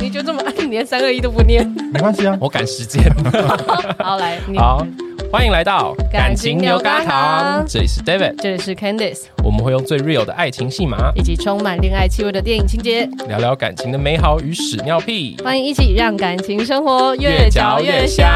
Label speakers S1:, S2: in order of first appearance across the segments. S1: 你就这么你连三二一都不念。
S2: 没关系啊。
S3: 我赶时 间。
S1: 好，来，你
S3: 好，欢迎来到
S1: 感情牛轧糖
S3: 这里是 David，
S1: 这里是 Candice，
S3: 我们会用最 real 的爱情戏码
S1: 以及充满恋爱气味的电影情节，
S3: 聊聊感情的美好与屎尿屁，
S1: 欢迎一起让感情生活越嚼越香。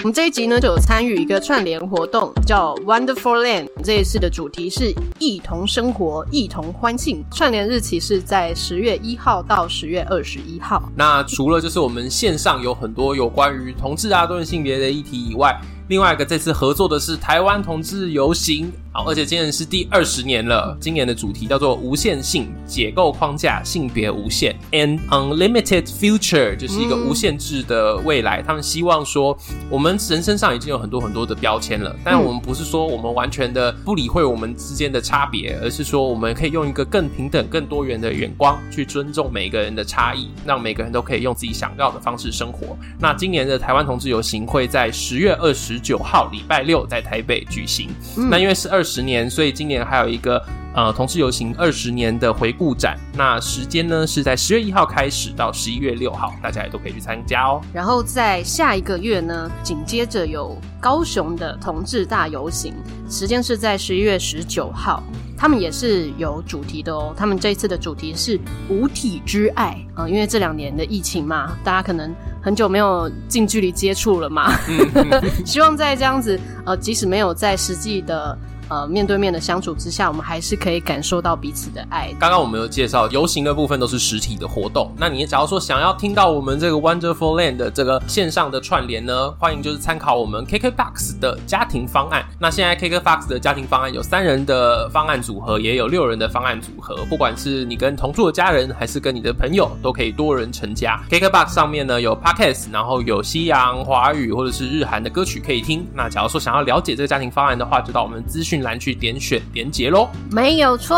S1: 我们这一集呢，就有参与一个串联活动，叫 Wonderful Land。这一次的主题是一同生活，一同欢庆。串联日期是在十月一号到十月二十一号。
S4: 那除了就是我们线上有很多有关于同志啊、多元性别的议题以外，另外一个这次合作的是台湾同志游行，好，而且今年是第二十年了。今年的主题叫做“无限性解构框架，性别无限 ”，an unlimited future，就是一个无限制的未来。他们希望说，我们人身上已经有很多很多的标签了，但我们不是说我们完全的不理会我们之间的差别，而是说我们可以用一个更平等、更多元的眼光去尊重每个人的差异，让每个人都可以用自己想要的方式生活。那今年的台湾同志游行会在十月二十九号礼拜六在台北举行。
S1: 嗯
S4: 那因为是二十年，所以今年还有一个呃同志游行二十年的回顾展。那时间呢是在十月一号开始到十一月六号，大家也都可以去参加哦。
S1: 然后在下一个月呢，紧接着有高雄的同志大游行，时间是在十一月十九号。他们也是有主题的哦，他们这一次的主题是无体之爱啊、呃因为这两年的疫情嘛，大家可能很久没有近距离接触了嘛， 希望在这样子呃，即使没有在实际的呃面对面的相处之下，我们还是可以感受到彼此的爱。
S4: 刚刚我们有介绍游行的部分都是实体的活动，那你假如说想要听到我们这个 Wonderful Land 的这个线上的串联呢，欢迎就是参考我们 KKBox 的家庭方案。那现在 KKBox 的家庭方案有三人的方案组合，也有六人的方案组合，不管是你跟同住的家人，还是跟你的朋友，都可以多人成家。KKBox 上面呢有 Podcast，然后有西洋、华语或者是日韩的歌曲可以听。那假如说想要了解这个家庭方案的话，就到我们资讯栏去点选连结喽。
S1: 没有错，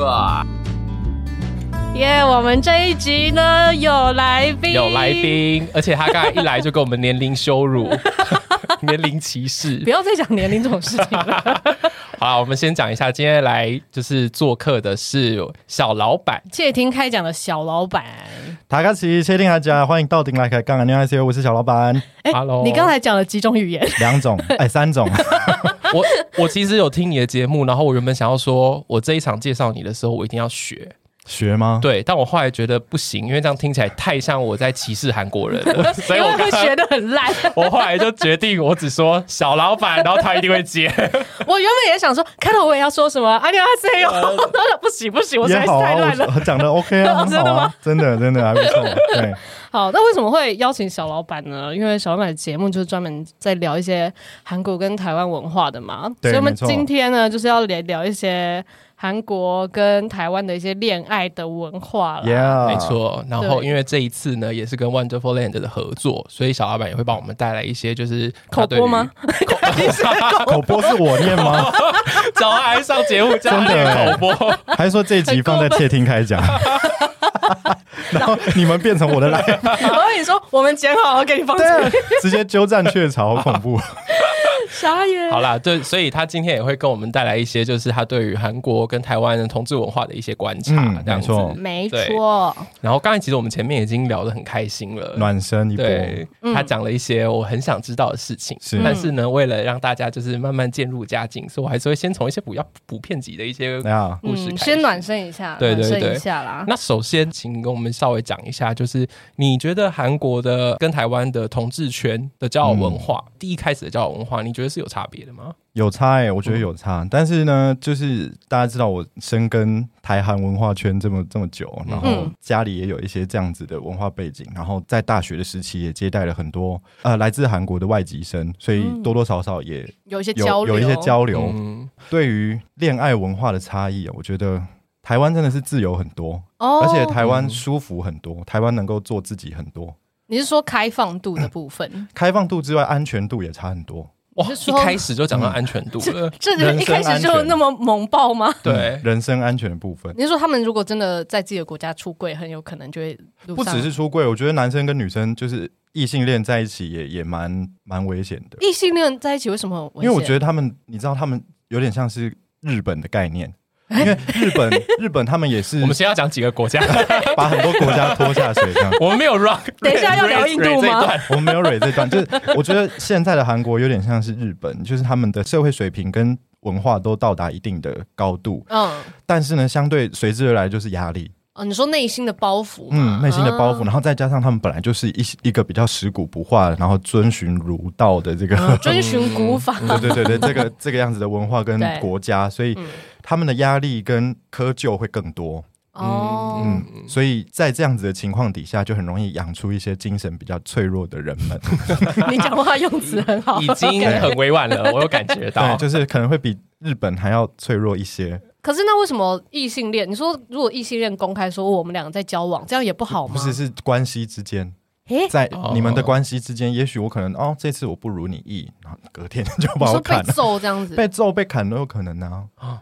S4: 哇！
S1: 耶、我们这一集呢有来宾，
S3: 有来 宾，而且他刚才一来就给我们年龄羞辱，年龄歧视
S1: 不。要再讲年龄这种事情了。
S3: 好啦，我们先讲一下，今天来就是做客的是小老板，
S1: 谢霆开讲的小老板，
S2: 塔卡奇，确定大家欢迎到顶来开杠啊！你好，我是小老板，
S1: 哎
S3: Hello
S1: 你刚才讲了几种语言？
S2: 两种哎，三种，
S3: 我我其实有听你的节目，然后我原本想要说，我这一场介绍你的时候，我一定要学，
S2: 学吗？
S3: 对，但我后来觉得不行，因为这样听起来太像我在歧视韩国人 了，所以
S1: 因
S3: 哎我
S1: 为会
S3: 刚
S1: 学的很烂。
S3: 我后来就决定，我只说小老板，然后他一定会接。
S1: 我原本也想说，开头我也要说什么啊？你好，塞哟！ 我想不行不行，我实
S2: 也
S1: 在是
S2: 好
S1: 太
S2: 啊，
S1: 烂
S2: 我
S1: 了。
S2: 我讲的 OK 啊，很
S1: 真
S2: 好
S1: 的
S2: 啊
S1: 吗，
S2: 真的真的还不错，对，
S1: 好，那为什么会邀请小老板呢？因为小老板的节目就是专门在聊一些韩国跟台湾文化的嘛，
S2: 对
S1: 所以我们
S2: 没错
S1: 今天呢就是要来聊一些韩国跟台湾的一些恋爱的文化了。
S2: Yeah，
S3: 没，错，然后
S1: 对
S3: 因为这一次呢，也是跟 Wonderful Land 的合作，所以小老板也会帮我们带来一些就是
S1: 口播吗？
S3: 口
S2: 口播是我念吗？
S3: 早上还上节目加
S2: 真的
S3: 练
S2: 欸
S3: 口播，
S2: 还是说这集放在窃听开讲？然后你们变成我的来宾，
S1: 我跟你说，我们剪好了给你放进去，
S2: 对 直接鸠占鹊巢，好恐怖！
S1: 傻眼。
S3: 好啦，对，所以他今天也会跟我们带来一些，就是他对于韩国跟台湾的同志文化的一些观察，
S2: 嗯
S3: 这样子
S2: 没错
S1: 没
S3: 对
S1: 错，
S3: 然后刚才其实我们前面已经聊得很开心了，
S2: 暖身一波，
S3: 对
S1: 嗯
S3: 他讲了一些我很想知道的事情，
S2: 是
S3: 但是呢，为了让大家就是慢慢渐入佳境，所以我还是会先从一些比较普遍级的一些
S2: 啊，
S3: 故事开始。
S1: 嗯先暖身一下，
S3: 对对
S1: 暖身
S3: 对
S1: 一下啦。
S3: 那首先，请跟我们稍微讲一下，就是你觉得韩国的跟台湾的同志圈的交友文
S2: 嗯
S3: 化，第一开始的交友文化，你觉得是有差别的吗？
S2: 有差哎、我觉
S1: 嗯
S2: 得有差。但是呢，就是大家知道我深耕台韩文化圈这么这么久，然后
S1: 嗯
S2: 家里也有一些这样子的文化背景，然后在大学的时期也接待了很多呃来自韩国的外籍生，所以多多少少也
S1: 嗯有一些
S2: 有、
S1: 交流，
S2: 有一些交流。
S3: 嗯，
S2: 对于恋爱文化的差异，啊我觉得。台湾真的是自由很多，
S1: 哦。
S2: 而且台湾
S3: 嗯
S2: 舒服很多，台湾能够做自己很多，，
S1: 你是说开放度的部分
S2: 开放度之外，安全度也差很多。
S3: 哇，
S1: 你是
S3: 一
S1: 说
S3: 开始就讲到安全
S5: 嗯
S3: 度了，
S1: 这人一开始就那么猛爆吗？
S3: 对。
S2: 嗯人身安全的部分，
S1: 你是说他们如果真的在自己的国家出柜，很有可能就会路
S2: 不
S1: 上
S2: 只是出柜，我觉得男生跟女生就是异性恋在一起也也蛮蛮危险的，
S1: 异性恋在一起为什么很危
S2: 因
S1: 险？
S2: 为我觉
S1: 得
S2: 得他们，你知道，他们有点像是日本的概念，因为日本日本他们也是
S3: 我们先要讲几个 国家，
S2: 把很多国家拖下水 这样。
S3: 我们没有 rock。
S5: 等一下要聊印 度吗
S2: 我们没有蕊这段，就是我觉得现在的韩国有点像是日本，就是他们的社会水平跟文化都到达一定的高度，
S5: 嗯，
S2: 但是呢，相对随之而来就是压力，
S5: 哦，你说内心的包袱嘛，
S2: 嗯，内心的
S1: 啊
S2: 包袱，然后再加上他们本来就是一一个比较食古不化，然后遵循儒道的这个、
S1: 嗯
S5: 啊遵循古法，
S2: 对对对对，这 个这个样子的文化跟
S5: 嗯对嗯
S2: 国家，所以他们的压力跟窠臼会更多。
S5: 哦，
S2: 嗯，所以在这样子的情况底下，就很容易养出一些精神比较脆弱的人们。嗯
S5: 你讲话用词很 好，
S3: 已经很委婉了，我有感觉到
S2: 对，。就是可能会比日本还要脆弱一些。
S5: 可是那为什么异性恋？你说如果异性恋公开说我们两个在交往，这样也不好吗？
S2: 不是，是关系之间，
S5: 诶，
S2: 在
S3: 哦
S2: 你们的关系之间，也许我可能哦，这次我不如你意，然后隔天就
S5: 你
S2: 把我
S5: 说被
S2: 砍了，
S5: 揍这样子，
S2: 被揍被砍都有可能啊。
S5: 哦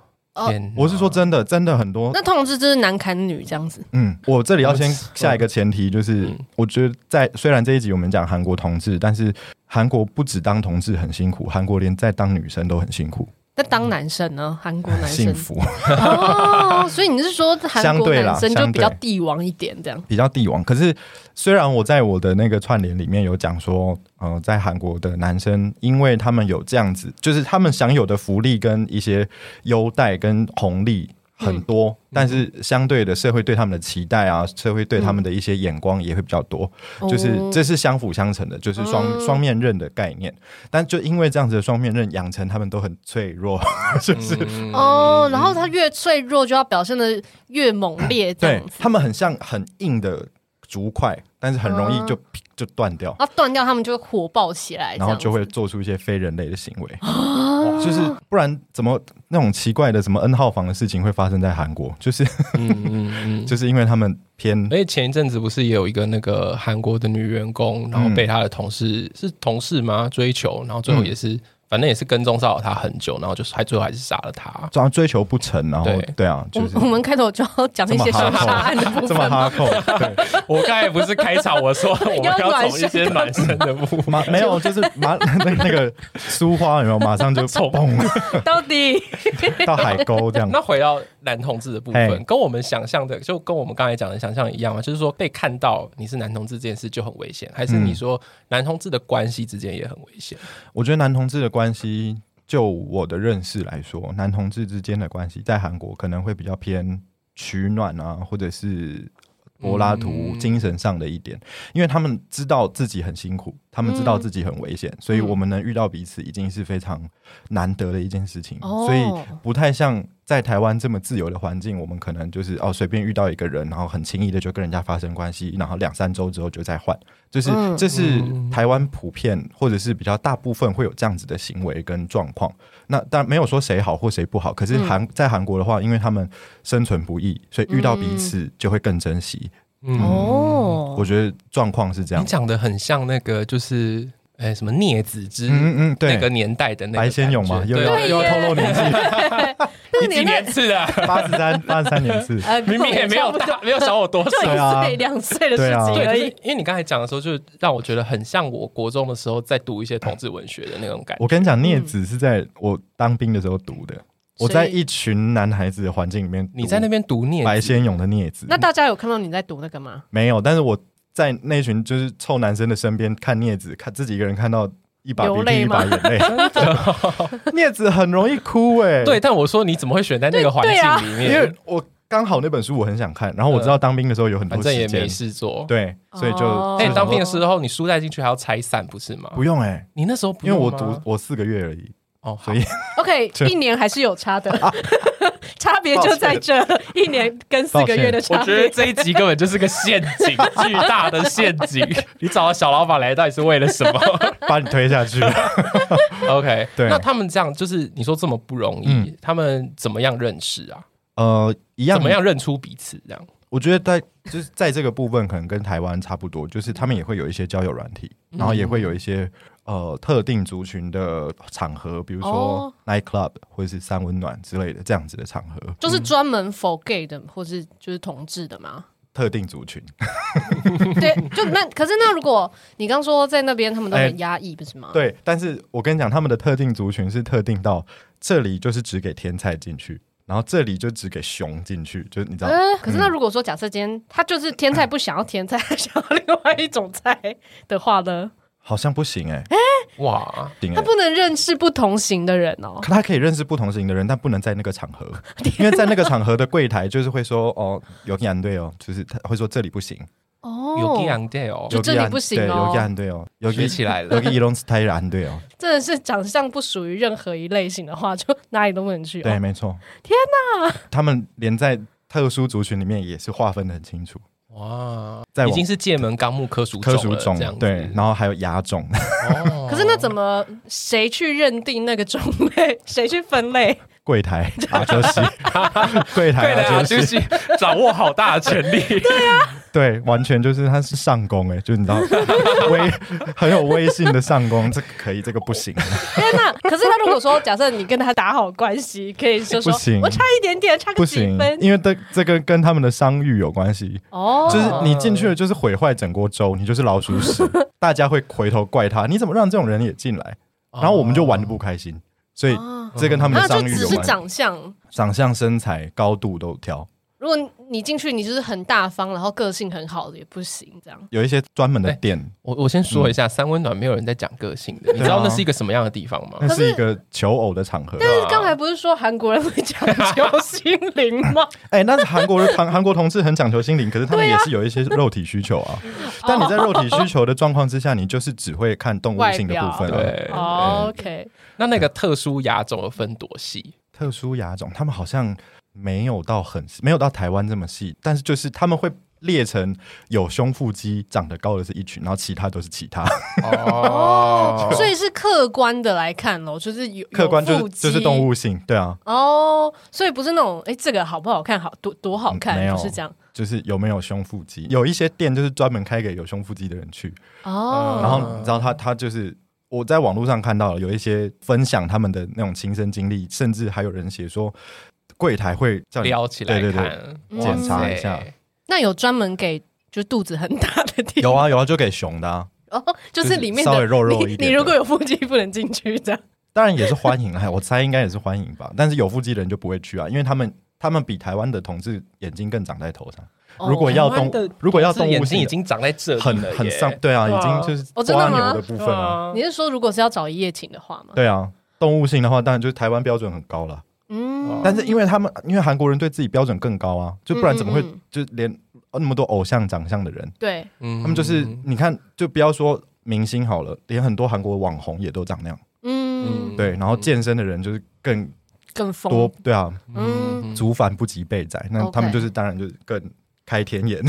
S3: 天哪
S2: 我是说真的，真的很多
S5: 那通常是就是男砍女这样子，
S2: 嗯，我这里要先
S3: 我
S2: 下一个前提，就是
S3: 嗯
S2: 我觉得在虽然这一集我们讲韩国同志，但是韩国不止当同志很辛苦，韩国连再当女生都很辛苦，
S5: 那当男生呢？韩国男
S2: 幸
S5: 生
S2: 福
S5: 哦，所以你是说韩
S2: 相
S5: 国
S2: 对啦
S5: 男生就比较
S2: 相对
S5: 帝王一点这样？
S2: 比较帝王。可是虽然我在我的那个串联里面有讲说，呃，在韩国的男生，因为他们有这样子，就是他们享有的福利跟一些优待跟红利。很多，但是相对的社会对他们的期待啊，社会对他们的一些眼光也会比较多。就是
S5: 哦
S2: 这是相辅相成的，就是双
S5: 嗯
S2: 双、面刃的概念。但就因为这样子的双面刃，养成他们都很脆 弱，就是、
S5: 哦，然后他越脆弱就要表现的越猛烈这
S2: 对
S5: 样子，
S2: 他们很像很硬的竹块，但是很容易就、劈就断掉，
S5: 然后断掉他们就会火爆起来，嗯哦这
S2: 然后
S5: 样
S2: 就
S5: 子。哦
S2: 会做出一些非人类的行为， 就是不然怎么那种奇怪的什么 N 号房的事情会发生在韩国？就是
S3: 嗯嗯嗯。
S2: 就是因为他们偏
S5: 哎
S3: 而且前一阵子不是也有一个那个韩国的女员工，然后被她的同事、是同事吗追求，然后最后也是、反正也是跟踪骚扰她很久，然后就是还最后还是杀了她。
S2: 然后追求不成，然后
S3: 对
S2: 对啊，
S5: 我
S2: 就是
S5: 我们开头就要讲
S2: 这
S5: 一
S2: 么
S5: 些凶杀
S2: 哈
S5: 案的
S2: 扣，
S5: 部
S2: 这么
S5: 分
S2: 哈
S5: 吗？
S2: 扣，对。
S3: 我刚才不是开场我 说我们要从一些暖身的部分，
S2: 马没有，就是马 那那个苏花有没有马上就砰
S5: 到底
S2: 到海沟 这样？
S3: 那回到男同志的部分
S2: 嘿，
S3: 跟我们想象的，就跟我们刚才讲的想象一样嘛，就是说被看到你是男同志这件事就很危险，还是你说男同志的关系之间也很危险？
S2: 我觉得男同志的关系，就我的认识来说，男同志之间的关系在韩国可能会比较偏取暖啊，或者是。柏拉图
S3: 嗯
S2: 精神上的一点，因为他们知道自己很辛苦，他们知道自己很危险，所以我们能遇到彼此已经是非常难得的一件事情，
S5: 哦
S2: 所以不太像在台湾这么自由的环境，我们可能就是哦随便遇到一个人，然后很轻易的就跟人家发生关系，然后两三周之后就再换，就是
S5: 嗯
S2: 这是
S3: 嗯
S2: 台湾普遍或者是比较大部分会有这样子的行为跟状况。那当然没有说谁好或谁不好，可是韩、在韩国的话，因为他们生存不易，所以遇到彼此就会更珍惜。
S3: 嗯，
S5: 哦
S2: 我，觉得状况是这样
S3: 你。讲的很像那个就是哎、什么孽子之
S2: 嗯嗯，对，
S3: 那个年代的那个
S2: 白先勇嘛，
S3: 感觉
S2: 又
S3: 对
S2: 要
S3: 啊
S2: 又要透露年纪，
S5: 那个
S3: 你几
S5: 年代
S3: 年次的，
S2: 八十三八十三年次，
S5: 呃，
S3: 明明也没有大，没有小我多
S5: 就
S3: 少。
S2: 对
S5: 一
S2: 啊
S5: 岁两岁的事
S2: 对啊
S5: 情
S3: 对，
S5: 而
S3: 就是
S5: 已。
S3: 因为你刚才讲的时候，就让我觉得很像我国中的时候在读一些同志文学的那种感觉。
S2: 我跟你讲，镊子是在我当兵的时候读的，我
S5: 所
S2: 在
S5: 以
S2: 一群男孩子的环境里面读，
S3: 你在那边读孽
S2: 白
S3: 子，
S2: 先勇的镊子，
S5: 那大家有看到你在读那个吗？
S2: 没有，但是我在那群就是臭男生的身边看镊子，看自己一个人看到一把
S5: 流
S2: 鼻涕
S5: 泪
S2: 一
S5: 吗
S2: 把眼 泪，镊子很容易哭哎、
S3: 对，，但我说你怎么会选在那个环
S5: 对啊
S3: 境里面？
S2: 因为我刚好那本书我很想看，然后我知道当兵的时候有很多
S3: 反
S2: 时
S3: 正
S2: 间，
S3: 也没事做。
S2: 对，所以就、
S5: 哦
S3: 哎，
S2: 就
S3: 你
S2: 想
S3: 当兵的
S2: 说
S3: 时候，你书带进去还要拆散，不是吗？
S2: 不用哎、
S3: 你那时候不
S2: 因为
S3: 用
S2: 我
S3: 吗
S2: 读我四个月而已，
S3: 哦，
S2: 所
S3: 所以
S2: 以
S5: OK，
S2: 就
S5: 一年还是有 差的，差别就在这一年跟四个月的
S3: 我
S5: 差
S3: 觉得
S5: 别。
S3: 这一集根本就是个陷阱， 巨大的陷阱。你找小老板来到底是为了什么
S2: 把你推 下去。
S3: ？OK，
S2: 对
S3: 那他们这样就是你说这么不容易
S2: 嗯，
S3: 他们怎么样认识啊？
S2: 呃，一样
S3: 怎么样认出彼此？这啊样
S2: 我觉得在就是在这个部分可能跟台湾差不多，就是他们也会有一些交友软体，
S5: 嗯
S2: 然后也会有一些呃特定族群的场合，比如说
S5: 哦
S2: night club 或者是三温暖之类的这样子的场合，
S5: 就是专门 for gay 的，或是就是同志的 嘛？
S2: 特定族群。
S5: 对，就那可是那如果你刚说在那边他们都
S2: 哎
S5: 很压抑，不是吗？，
S2: 对，但是我跟你讲，他们的特定族群是特定到这里就是只给天才进去，然后这里就只给熊进去，就是你知道，
S5: 嗯，可是那如果说假设今天他就是天菜不想要甜菜，他想要另外一种菜的话呢，
S2: 好像不行哎、
S3: 哇，
S2: 不行哎、
S5: 他不能认识不同型的人哦。
S2: 可他可以认识不同型的人，但不能在那个 场合，因为在那个场合的柜台就是会说哦，有点对哦，就是他会说这里不行，
S5: 哦，
S3: 有这样的哦
S5: 就，这里不行
S2: 对，
S5: 哦
S2: 有点对哦，有
S3: 学起来
S2: 有
S3: 了
S2: 个。伊隆斯泰然对 哦，
S5: 真的是长相不属于任何一类型的话，就哪里都不能去、
S2: 对，
S5: 哦。
S2: 没错。
S5: 天
S2: 哪！他们连在特殊族群里面也是划分的很清楚，
S3: 哇，
S2: 在
S3: 已
S2: 往
S3: 经是界门纲目科属
S2: 科属
S3: 了
S2: 种
S3: 这样子
S2: 对，然后还有亚种，
S3: 哦
S5: 可是那怎么谁去认定那个种类，谁去分类？
S2: 柜 台阿周西，柜台
S3: 对
S2: 阿
S3: 了，
S2: 周
S3: 就
S2: 西，
S3: 是 掌握好大的潜 力。
S2: 对，完全就是他是上攻哎、就是你知 道威很有威信的上攻，这个可以，这个不行，
S5: 天哪！可是他如果说，假设你跟他打好关系，可以就说
S2: 不行
S5: 我差一点点，差
S2: 不
S5: 个几
S2: 行
S5: 分，
S2: 因为这这个跟他们的商誉有关系，
S5: 哦，
S2: 就是你进去了就是毁坏整锅粥，你就是老 鼠屎，大家会回头怪他，你怎么让这种人也进来？然后我们就玩的不开心，所以
S5: 啊，
S2: 这跟他们
S5: 那
S2: 的
S5: 哦就
S2: 商誉
S5: 只
S2: 有
S5: 是
S2: 关。
S5: 长相。
S2: 长相、身材、高度都挑，
S5: 如果你进去，你就是很大方，然后个性很好的也不行，这样
S2: 有一些专门的店，
S3: 我我先说一下，三温暖没有人在讲个性的，你知道
S2: 嗯对啊
S3: 那是一个什么样的地方吗？
S5: 哎
S2: 那是一个求偶的场合。
S5: 但是刚才不是说韩国人会讲究心灵 吗？
S2: 哎、那是韩国人 韩韩国同志很讲求心灵，可是他
S5: 啊
S2: 们也是有一些肉体需求 啊。但你在
S5: 哦
S2: 肉体需求的状况之下，你就是只会看动物性的部分、啊。
S3: 对，
S5: 哦 OK，
S3: 那那个特殊亚种有分多细？
S2: 特殊亚种，他们好像没有到很没有到台湾这么细，但是就是他们会。列成有胸腹肌、长得高的是一群，然后其他都是其 他。
S3: 哦
S5: 所以是客观的来看咯，就是有
S2: 客观就
S5: 有腹
S2: 是
S5: 肌
S2: 就是动物性，对啊，
S5: 哦，所以不是那种哎、诶这个好不好看，好多多好
S2: 嗯没
S5: 看，
S2: 有
S5: 不是这样
S2: 就是有没有胸腹肌？有一些店就是专门开给有胸腹肌的人去，
S5: 哦。
S2: 然后你知道他他就是我在网络上看到了有一些分享他们的那种亲身经历，甚至还有人写说柜台会叫你
S3: 撩起来
S2: 对对对
S3: 看，
S5: 对
S3: 哇
S5: 检
S2: 查一下
S3: 塞
S5: 那有专门给就是肚子很大的地
S2: 有啊有啊，就给熊的、啊，
S5: 哦，就是里面
S2: 就是稍
S5: 的
S2: 微肉肉一点的
S5: 你，你如果有腹肌不能进去这样。
S2: 当然也是欢迎啊，我猜应该也是欢迎吧。 但是有腹肌的人就不会去啊，因为他们他们比台湾的同志眼睛更长在头上。如果要
S3: 台湾
S2: 动
S3: 的
S2: 如果要动
S3: 眼
S2: 物
S3: 睛
S2: 性
S3: 已
S2: 的，
S3: 经长在这里
S2: 很
S3: 了
S2: 很
S3: 耶
S2: 上，对啊，
S3: 对
S2: 已
S3: 啊
S2: 经就是
S5: 哦真的
S2: 瓜牛
S5: 吗
S2: 的部
S3: 对
S2: 分啊，
S3: 啊
S5: 你是说如果是要找一夜情的话吗？
S2: 对啊。动物性的话，当然就是台湾标准很高了，
S5: 嗯，
S2: 但是因为他们，因为韩国人对自己标准更高啊，就不然怎么会
S5: 嗯嗯嗯
S2: 就连呃那么多偶像长相的人，
S5: 对，
S3: 嗯
S2: 他们就是你看，就不要说明星好了，连很多韩国网红也都长那样。
S5: 嗯，
S2: 对，然后健身的人就是更
S5: 更疯
S2: 多，对啊，
S5: 嗯，
S2: 竹繁不及备宰。那
S5: OK
S2: 他们就是当然就是更开天眼，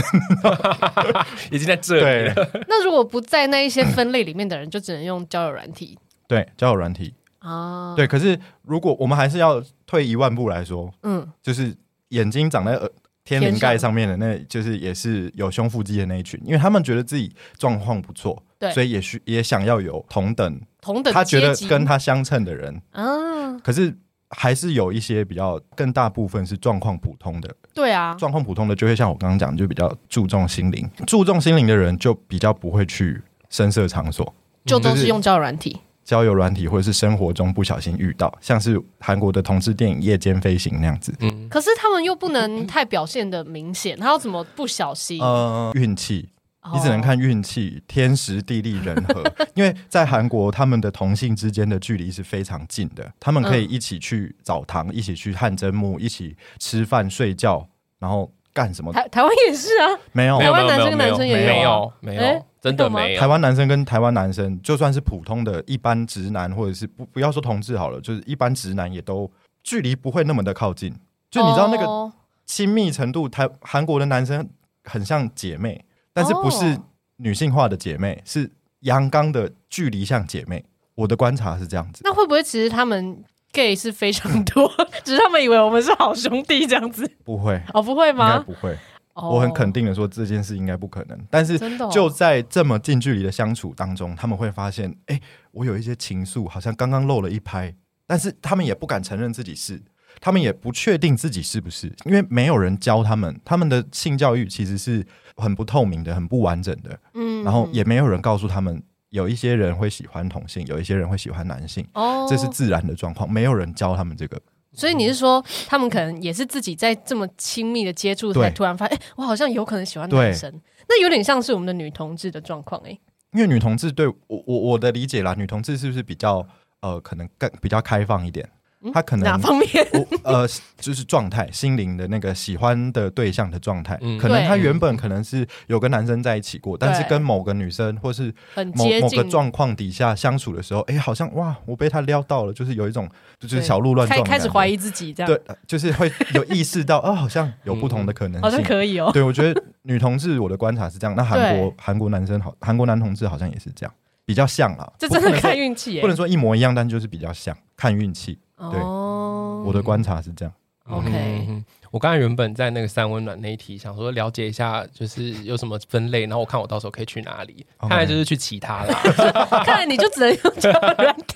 S3: 已经在这 里
S2: 对
S3: 了。
S5: 那如果不在那一些分类里面的人，就只能用交友软体
S2: 对，交友软体。
S5: 啊。，
S2: 对，可是如果我们还是要退一万步来说，
S5: 嗯，
S2: 就是眼睛长在耳天灵盖上面的那，就是也是有胸腹肌的那一群，因为他们觉得自己状况不错，
S5: 对
S2: 所以也需也想要有同等，
S5: 同等
S2: 他觉得
S5: 阶级
S2: 跟他相称的人，
S5: 啊，
S2: 可是还是有一些比较更大部分是状况普通的，
S5: 对啊，
S2: 状况普通的嗯就会像我刚刚讲，就比较注重心灵，注重心灵的人就比较不会去深色场所。
S5: 就都
S2: 就是是
S5: 用交友软体。
S2: 交友软体或者是生活中不小心遇到，像是韩国的同志电影《夜间飞行》那样子，
S3: 嗯，
S5: 可是他们又不能太表现的明显，他要怎么不小心？
S2: 呃，运气
S5: 哦
S2: 你只能看运气，天时地利人和。因为在韩国，他们的同性之间的距离是非常近的，他们
S3: 嗯
S2: 可以一起去澡堂，一起去汗蒸木，一起吃饭、睡觉，然后干什么？
S5: 台台湾也是啊，
S2: 没有
S3: 没，有
S5: 台湾
S3: 没有
S5: 男生跟
S3: 没有
S5: 男生
S2: 也有
S3: 没
S5: 啊
S3: 有没
S5: 哎
S3: 有，真的
S5: 你懂吗
S3: 没有
S2: 台。湾男生跟台湾男生，就算是普通的一般直男，或者是不不要说同志好了，就是一般直男也都距离不会那么的靠近。就你知道那个
S5: 哦
S2: 亲密程度，台韩国的男生很像姐妹，但是不是
S5: 哦
S2: 女性化的姐妹，是阳刚的距离像姐妹。我的观察是这样子，
S5: 那会不会其实他们 gay 是非常多， 只是他们以为我们是好兄弟这样子？
S2: 不会，
S5: 哦，不会
S2: 应该
S5: 吗？
S2: 不会。
S5: 哦
S2: 我很肯定的说，这件事应该不可能。但是
S5: 真的哦
S2: 就在这么近距离的相处当中，他们会发现，哎、我有一些情愫，好像刚刚漏了一拍，但是他们也不敢承认自己是。他们也不确定自己是不是，因为没有人教他们，他们的性教育其实是很不透明的、很不完整的。
S5: 嗯
S2: 然后也没有人告诉他们，有一些人会喜欢同性，有一些人会喜欢男性，
S5: 哦，
S2: 这是自然的状况，没有人教他们这个。
S5: 所以你是说，他们可能也是自己在这么亲密的接触，才
S2: 对
S5: 突然发现，哎、我好像有可能喜欢
S2: 对
S5: 男生。那有点像是我们的女同志的状况、哎，
S2: 因为女同志对我我我的理解啦，女同志是不是比较呃可能更比较开放一点？她可能
S5: 嗯哪方面？
S2: 我呃， 就是状态，心灵的那个喜欢的对象的状态，
S3: 嗯
S2: 可能他
S5: 对
S2: 原本可能是有跟男生在一起过，但是
S5: 对
S2: 跟某个女生或是
S5: 很
S2: 某
S5: 接
S2: 某
S5: 近
S2: 个，状况底下相处的时候，哎、好像哇，我被他撩到了，就是有一种就是
S5: 对
S2: 小鹿乱撞
S5: 开
S2: 的感
S5: 开
S2: 觉，
S5: 始怀疑自己，这样
S2: 对，就是会有意识到 哦，好像有不同的可能
S5: 好像
S2: 性。
S5: 可以 哦、
S2: 对，我觉得女同志我的观察是这样，那韩国
S5: 对
S2: 韩国男生好，韩国男同志好像也是这样，比较像啦，
S5: 这
S2: 不
S5: 真
S2: 不
S5: 的
S2: 能
S5: 看
S2: 说
S5: 运气、
S2: 不能
S5: 哎，
S2: 说一模一样，但就是比较像，看运气。对
S5: 哦
S2: 我的观察是这样。
S5: OK
S3: 嗯嗯我刚才原本在那个三温暖那一题，想说了解一下，就是有什么分类，然后我看我到时候可以去哪里。
S2: OK
S3: 看来就是去其他啦。
S5: 看来你就只能用这样软体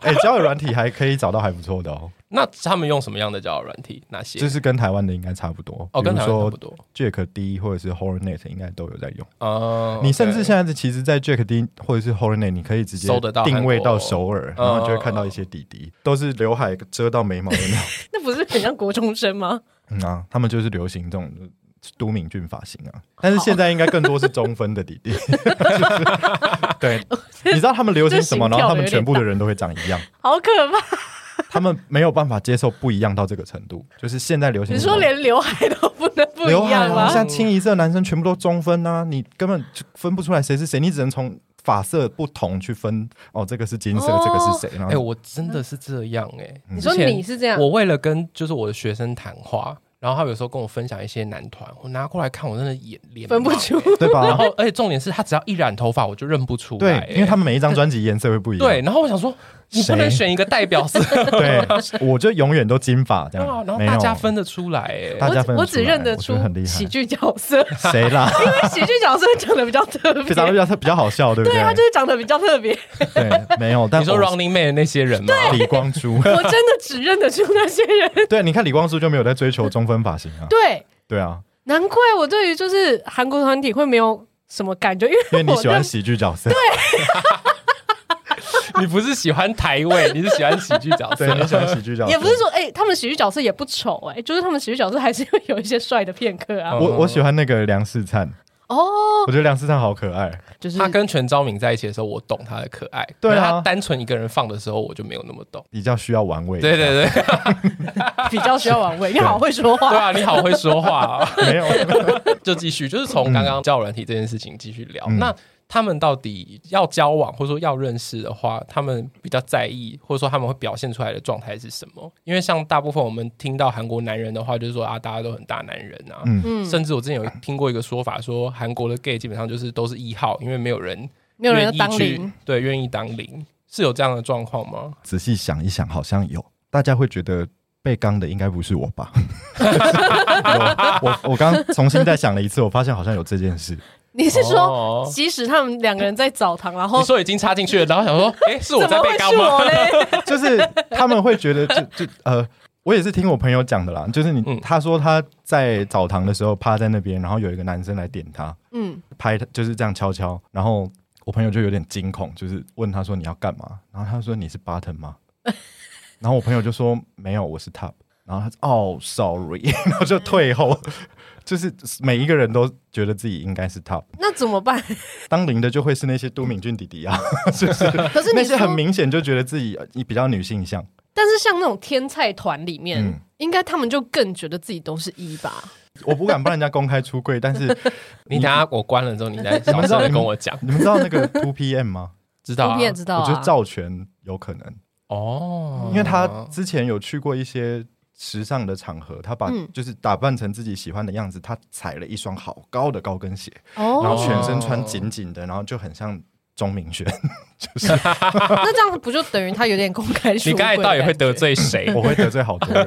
S2: 哎、交友软体还可以找到还不错的 哦，
S3: 那他们用什么样的交友软体？哪些？
S2: 就是跟台湾的应该差不多。
S3: 哦，跟台湾差不
S2: 比
S3: 多。
S2: 如说 Jack D 或者是 Hornet 应该都有在用。
S3: 哦，
S2: 你甚至
S3: OK
S2: 现在其实，在 Jack D 或者是 Hornet，你可以直接
S3: 搜得到韩国
S2: 定位到首尔，
S3: 嗯
S2: 然后就会看到一些弟弟，都是刘海遮到眉毛的那种。
S5: 那不是很像国中生吗？
S2: 嗯啊，他们就是流行这种都敏俊发型啊。 但是现在应该更多是中分的弟弟。 就是对，你知道他们流行什么，
S5: 哦这心跳
S2: 然后他
S5: 有
S2: 们
S5: 点
S2: 全部的人都会长一样，
S5: 好可怕！
S2: 他们没有办法接受不一样到这个程度。就是现在流行
S5: 你
S2: 什么，
S5: 说连刘海都不能不
S2: 刘
S5: 一
S2: 海
S5: 样
S2: 啊，
S5: 吗？
S2: 像清一色男生全部都中分啊，你根本就分不出来谁是谁，你只能从发色不同去分。哦，这个是金色，
S5: 哦
S2: 这个是谁？然
S3: 哎、
S2: 后，
S3: 我真的是这样哎、
S2: 嗯
S5: 你说你是这样，
S3: 我为了跟就是我的学生谈话，然后他有时候跟我分享一些男团，我拿过来看，我真的眼脸
S5: 分不
S3: 盲
S5: 出
S3: 欸
S2: 对
S3: 然
S2: 吧？
S3: 后，而且重点是他只要一染头发，我就认不出来、
S2: 对，因为他
S3: 们
S5: 欸
S2: 们每一张专辑颜色会不一样。
S3: 对，然后我想说，你不
S2: 谁
S3: 能选一个代表色
S2: 对，我就永远都金发这
S3: 对
S5: 哦
S2: 样
S3: 啊，，然后
S2: 没有
S3: 大家分得出来、欸，
S2: 大
S5: 我
S2: 家
S5: 只
S2: 分
S5: 我
S2: 得
S5: 只
S2: 出来
S5: 认得
S2: 我觉
S5: 出
S2: 得很厉害
S5: 喜剧角色，
S2: 谁啦？
S5: 因为喜剧角色长得比较特别，
S2: 非常比较比较好笑，对不
S5: 对
S2: 对
S5: 啊，就是长得比较特别。
S2: 对，没有。但
S3: 你说
S2: 我啊
S3: Running Man 的那些人吗？
S2: 李光 洙，
S5: 我真的只认得出那些人。
S2: 对，你看李光洙就没有在追求中分发型啊。
S5: 对，
S2: 对啊，
S5: 难怪我对于就是韩国团体会没有什么感觉，因为
S2: 因为你
S5: 我
S2: 喜欢
S5: 认
S2: 喜剧角色，
S3: 你不是喜欢 台位，你是喜欢喜剧角色
S2: 对，。你喜欢喜剧角色，
S5: 也不是说哎、他们喜剧角色也不丑哎、就是他们喜剧角色还是会有一些帅的片刻啊。
S3: 哦
S2: 我我喜欢那个梁世灿，
S5: 哦，
S2: 我觉得梁世灿好可爱。
S5: 就是
S3: 他跟全昭敏在一起的时候，我懂他的可爱；
S2: 对啊
S3: 可是他单纯一个人放的时候，我就没有那么懂。
S2: 比较需要玩味一下。
S3: 对对对，
S5: 比较需要玩味，你好会说
S3: 对
S5: 话。
S3: 啊，你好会说话、啊。
S2: 没有，
S3: 就继续，就是从刚刚交友软体这件事情继续聊。
S2: 嗯
S3: 那他们到底要交往或者说要认识的话，他们比较在意，或者说他们会表现出来的状态是什么？因为像大部分我们听到韩国男人的话，就是说啊，大家都很大男人啊。
S2: 嗯
S5: 嗯，
S3: 甚至我之前有听过一个说法，说韩国的 gay 基本上就是都是一号，因为没有人
S5: 没有人要
S3: 愿意
S5: 当
S3: 去
S5: 零，，哦
S3: 对，愿意当零，是有这样的状况吗？
S2: 仔细想一想，好像有，大家会觉得被刚的应该不是我吧？ 有我我刚刚重新再想了一次，我发现好像有这件事。
S5: 你是说，
S3: 哦
S5: 即使他们两个人在澡堂，然后
S3: 你说已经插进去了，然后想说，哎、是我
S5: 怎
S3: 在
S5: 么
S3: 被
S5: 会
S3: 刚
S5: 是
S3: 吗？
S5: 我嘞？
S2: 就是他们会觉得就就呃，我也是听我朋友讲的啦，就是你、
S3: 嗯
S2: 他说他在澡堂的时候趴在那边，然后有一个男生来点他，
S5: 嗯，
S2: 拍他就是这样敲敲，然后我朋友就有点惊恐，就是问他说你要干嘛？然后他说你是 button 吗？然后我朋友就说没有，我是 top。然后他说哦，sorry，然 后就退后。 就是每一个人都觉得自己应该是 top，
S5: 那怎么 办？
S2: 当零的就会是那些都敏俊弟弟啊，
S5: 可是
S2: 那
S5: 你
S2: 些
S5: 说，
S2: 很明显就觉得自己呃比较女性向。
S5: 但是像那种天菜团里面，
S2: 嗯
S5: 应该他们就更觉得自己都是一吧？
S2: 我不敢帮人家公开出柜，但 是
S3: 你等下我关了之后，你再小
S2: 们知
S3: 声
S2: 道
S3: 的跟我讲，
S2: 你们知道 那个 Two PM 吗？
S3: 知道、
S5: 普
S3: 啊？
S5: 遍知道
S2: 我
S5: 啊，
S2: 觉得赵全有可能，
S3: 哦，
S2: 因为他之前有去过一些时尚的场合，他把
S5: 嗯
S2: 就是打扮成自己喜欢的样子，他踩了一双好高的高跟鞋，然
S5: 哦，
S2: 后全身穿紧紧的，然后就很像钟 明轩，
S5: 那这样不就等于他有点公开出柜
S3: 你
S5: 的
S3: 刚才
S5: 感觉？
S3: 到底会得罪谁？
S2: 我会得罪好 多人。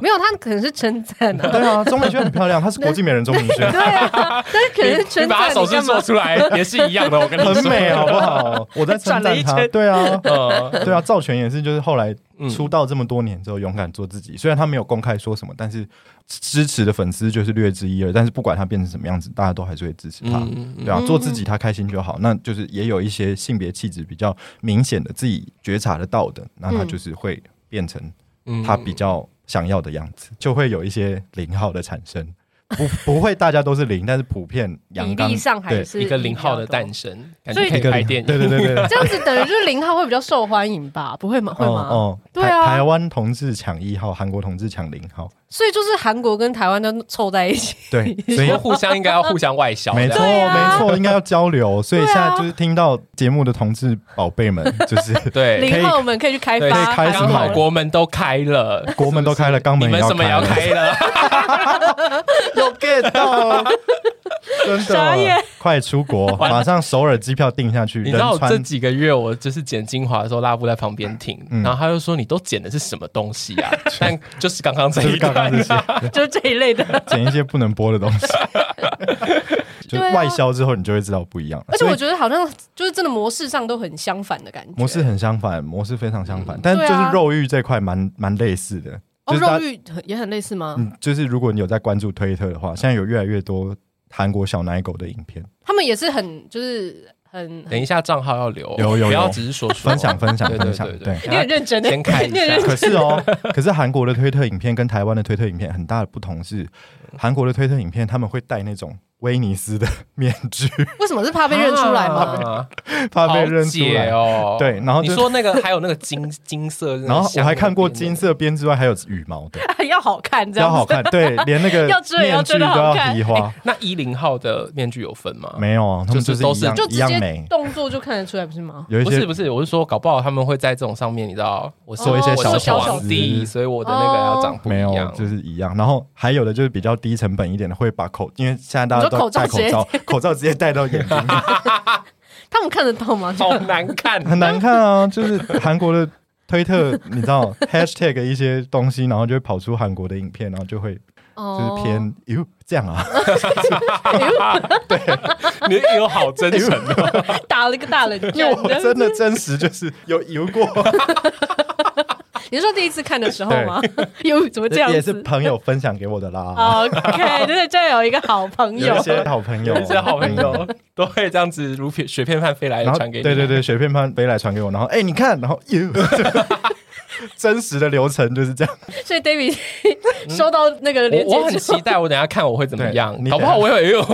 S5: 没有？他可能是称赞 啊，
S2: 对啊，钟明轩很漂亮，她是国际美人钟明轩
S5: 对。啊，但是可能是
S3: 你
S5: 称
S3: 把
S5: 赞
S3: 他手
S5: 干
S3: 势做
S5: 嘛？
S3: 出 来也是一样的，我跟你说
S2: 很美好不好？我在称
S5: 转了
S2: 赞
S5: 一
S2: 她。
S5: 圈
S2: 对啊，
S3: 呃，
S2: 对啊，赵全也是，就是后来
S3: 嗯
S2: 出道这么多年之后，勇敢做自己。虽然他没有公开说什么，但是支持的粉丝就是略知一二。但是不管他变成什么样子，大家都还是会支持他。
S3: 嗯
S2: 对啊，做自己，他开心就好。那就是也有一
S5: 嗯
S2: 些性别气质比较明显的自己觉察得到的，那他就是会变成
S3: 嗯
S2: 他比较想要的样子，就会有一些零号的产生。不不会，大家都是零，但是普遍阳
S5: 比
S2: 刚
S5: 例上还
S2: 对
S5: 是
S3: 嗯一个零号的
S5: 比较多
S3: 诞生，感
S5: 所以
S3: 觉可以
S2: 一个
S3: 拍
S2: 零
S3: 电影。
S2: 对对对对对，
S5: 这样子等于就是零号会比较受欢迎吧？不会吗？ 会吗？
S2: 哦，哦
S5: 对啊
S2: 台台湾同志抢一号，韩国同志抢零号，
S5: 所以就是韩国跟台湾都凑在一 起，
S2: 对，所
S3: 所
S2: 以
S3: 以互相应该要互相外销，
S2: 没错
S3: 这
S2: 没
S3: 样
S2: 错，应该要交流。所以
S5: 啊对啊
S2: 现在就是听到节目的同志宝贝 们，就是
S3: 对
S5: 零号们可以去开
S3: 对，
S5: 发，
S2: 开始
S3: 刚好
S2: 买
S3: 国门都开了，
S2: 国门都开了，肛
S3: 你
S2: 门
S3: 们
S2: 也
S3: 什么也要
S2: 了
S3: 开了，
S2: 有 get 到， 真
S5: 傻眼
S2: 的，快出国，马上首尔机票订下去，
S3: 你知道
S2: 仁
S3: 我这
S2: 川
S3: 几个月我就是剪精华的时候，拉布在旁边听，
S2: 嗯
S3: 然后他就说你都剪的是什么东西 啊？但就是刚刚这
S2: 就是
S3: 一
S2: 刚
S3: 段
S2: 刚这些
S3: 啊，
S5: 就是这一 类的。
S2: 剪一些不能播的东 西，就
S5: 对啊
S2: 外销之后你就会知道不一样了。
S5: 而且
S2: 所以
S5: 我觉得好像就是真的模式上都很相反的感觉。
S2: 模式很相反，模式非常相
S3: 嗯
S2: 反，但就是肉欲这块蛮蛮类似的。
S5: 啊哦，
S2: 就是大
S5: 肉欲很也很类似吗？
S2: 嗯，就是如果你有在关注推特的话，现在有越来越多韩国小奶狗的影片，
S5: 他们也是很就是
S2: 嗯
S5: 很
S3: 等一下账号要留，
S2: 有有有
S3: 不要只是说说
S2: 分 享分享
S3: 对对
S2: 分享
S3: 对，啊
S2: 对。
S5: 你很认真的，
S3: 先看一
S5: 你很
S3: 下
S5: 认真。
S2: 可是哦， 可是韩国的推特影片跟台湾的推特影片很大的不同是，韩国的推特影片他们会戴那种威尼斯的面具，
S5: 为什么是怕被认出来吗？
S3: 啊
S2: 怕被认出
S3: 好解
S2: 来。
S3: 哦。
S2: 对，然后
S3: 你
S2: 就
S3: 说那个还有那个金金色，
S2: 然后我还看过金，色边之外还有羽毛的，
S5: 要好看这
S2: 啊要
S5: 样
S2: 好
S5: 子，
S2: 看，对，连那个
S5: 要遮也要
S2: 面具
S5: 遮
S2: 都
S5: 得好
S2: 要
S5: 看
S2: 提花，
S3: 那一零号的面具有分吗？
S2: 没有啊，他们
S3: 哦就是
S2: 是
S3: 都
S2: 一
S3: 是
S2: 样
S5: 就
S2: 一
S5: 直
S2: 样
S5: 接
S2: 美，
S5: 动作就看得出来，不是吗？
S2: 有一
S3: 不是
S2: 些
S3: 不是，我是说搞不好他们会在这种上面，你知道，我是
S5: 做一些小
S3: 我是
S5: 巧
S3: 皇
S2: 思嗯
S3: 帝，所以我的那个要长不一
S2: 没有
S3: 样，。
S2: 就是一样。然后还有的就是比较低成本一点的，会把口，因为现在大家
S5: 你说
S2: 都
S5: 口罩
S2: 戴口罩，口罩直接戴到眼睛，
S5: 他们看得到吗？
S2: 哦
S3: 好难看，
S2: 很难看啊。就是韩国的推特，你知 道 hashtag 一些东西，然后就会跑出韩国的影片，然后就会就
S5: 哦
S2: 是偏哟这样 啊，
S3: 你有好真诚哦的，
S5: 打了一个大冷
S2: 因为我
S5: 战。
S2: 真的真实就是有游 过，
S5: 你是说第一次看的时候吗？ 有怎么这样
S2: 也是
S5: 子
S2: 朋友分享给我的啦。
S5: ？OK，真的就有一个好朋友
S2: 有一，些好朋友， 嗯
S3: 有一些好朋友都会这样子如片雪片般飞来
S2: 然
S3: 地
S2: 后
S3: 传给你，啊
S2: 对对，对，雪片潘飞来传给我，然后哎、你看，然后哟， 真实的流程就是这样。
S5: 所以 David 收到那个链
S3: 我我
S5: 接
S3: 很
S5: 之后
S3: 期，待，我等一下看我会怎么样
S2: 对，你
S3: 搞不好我有用，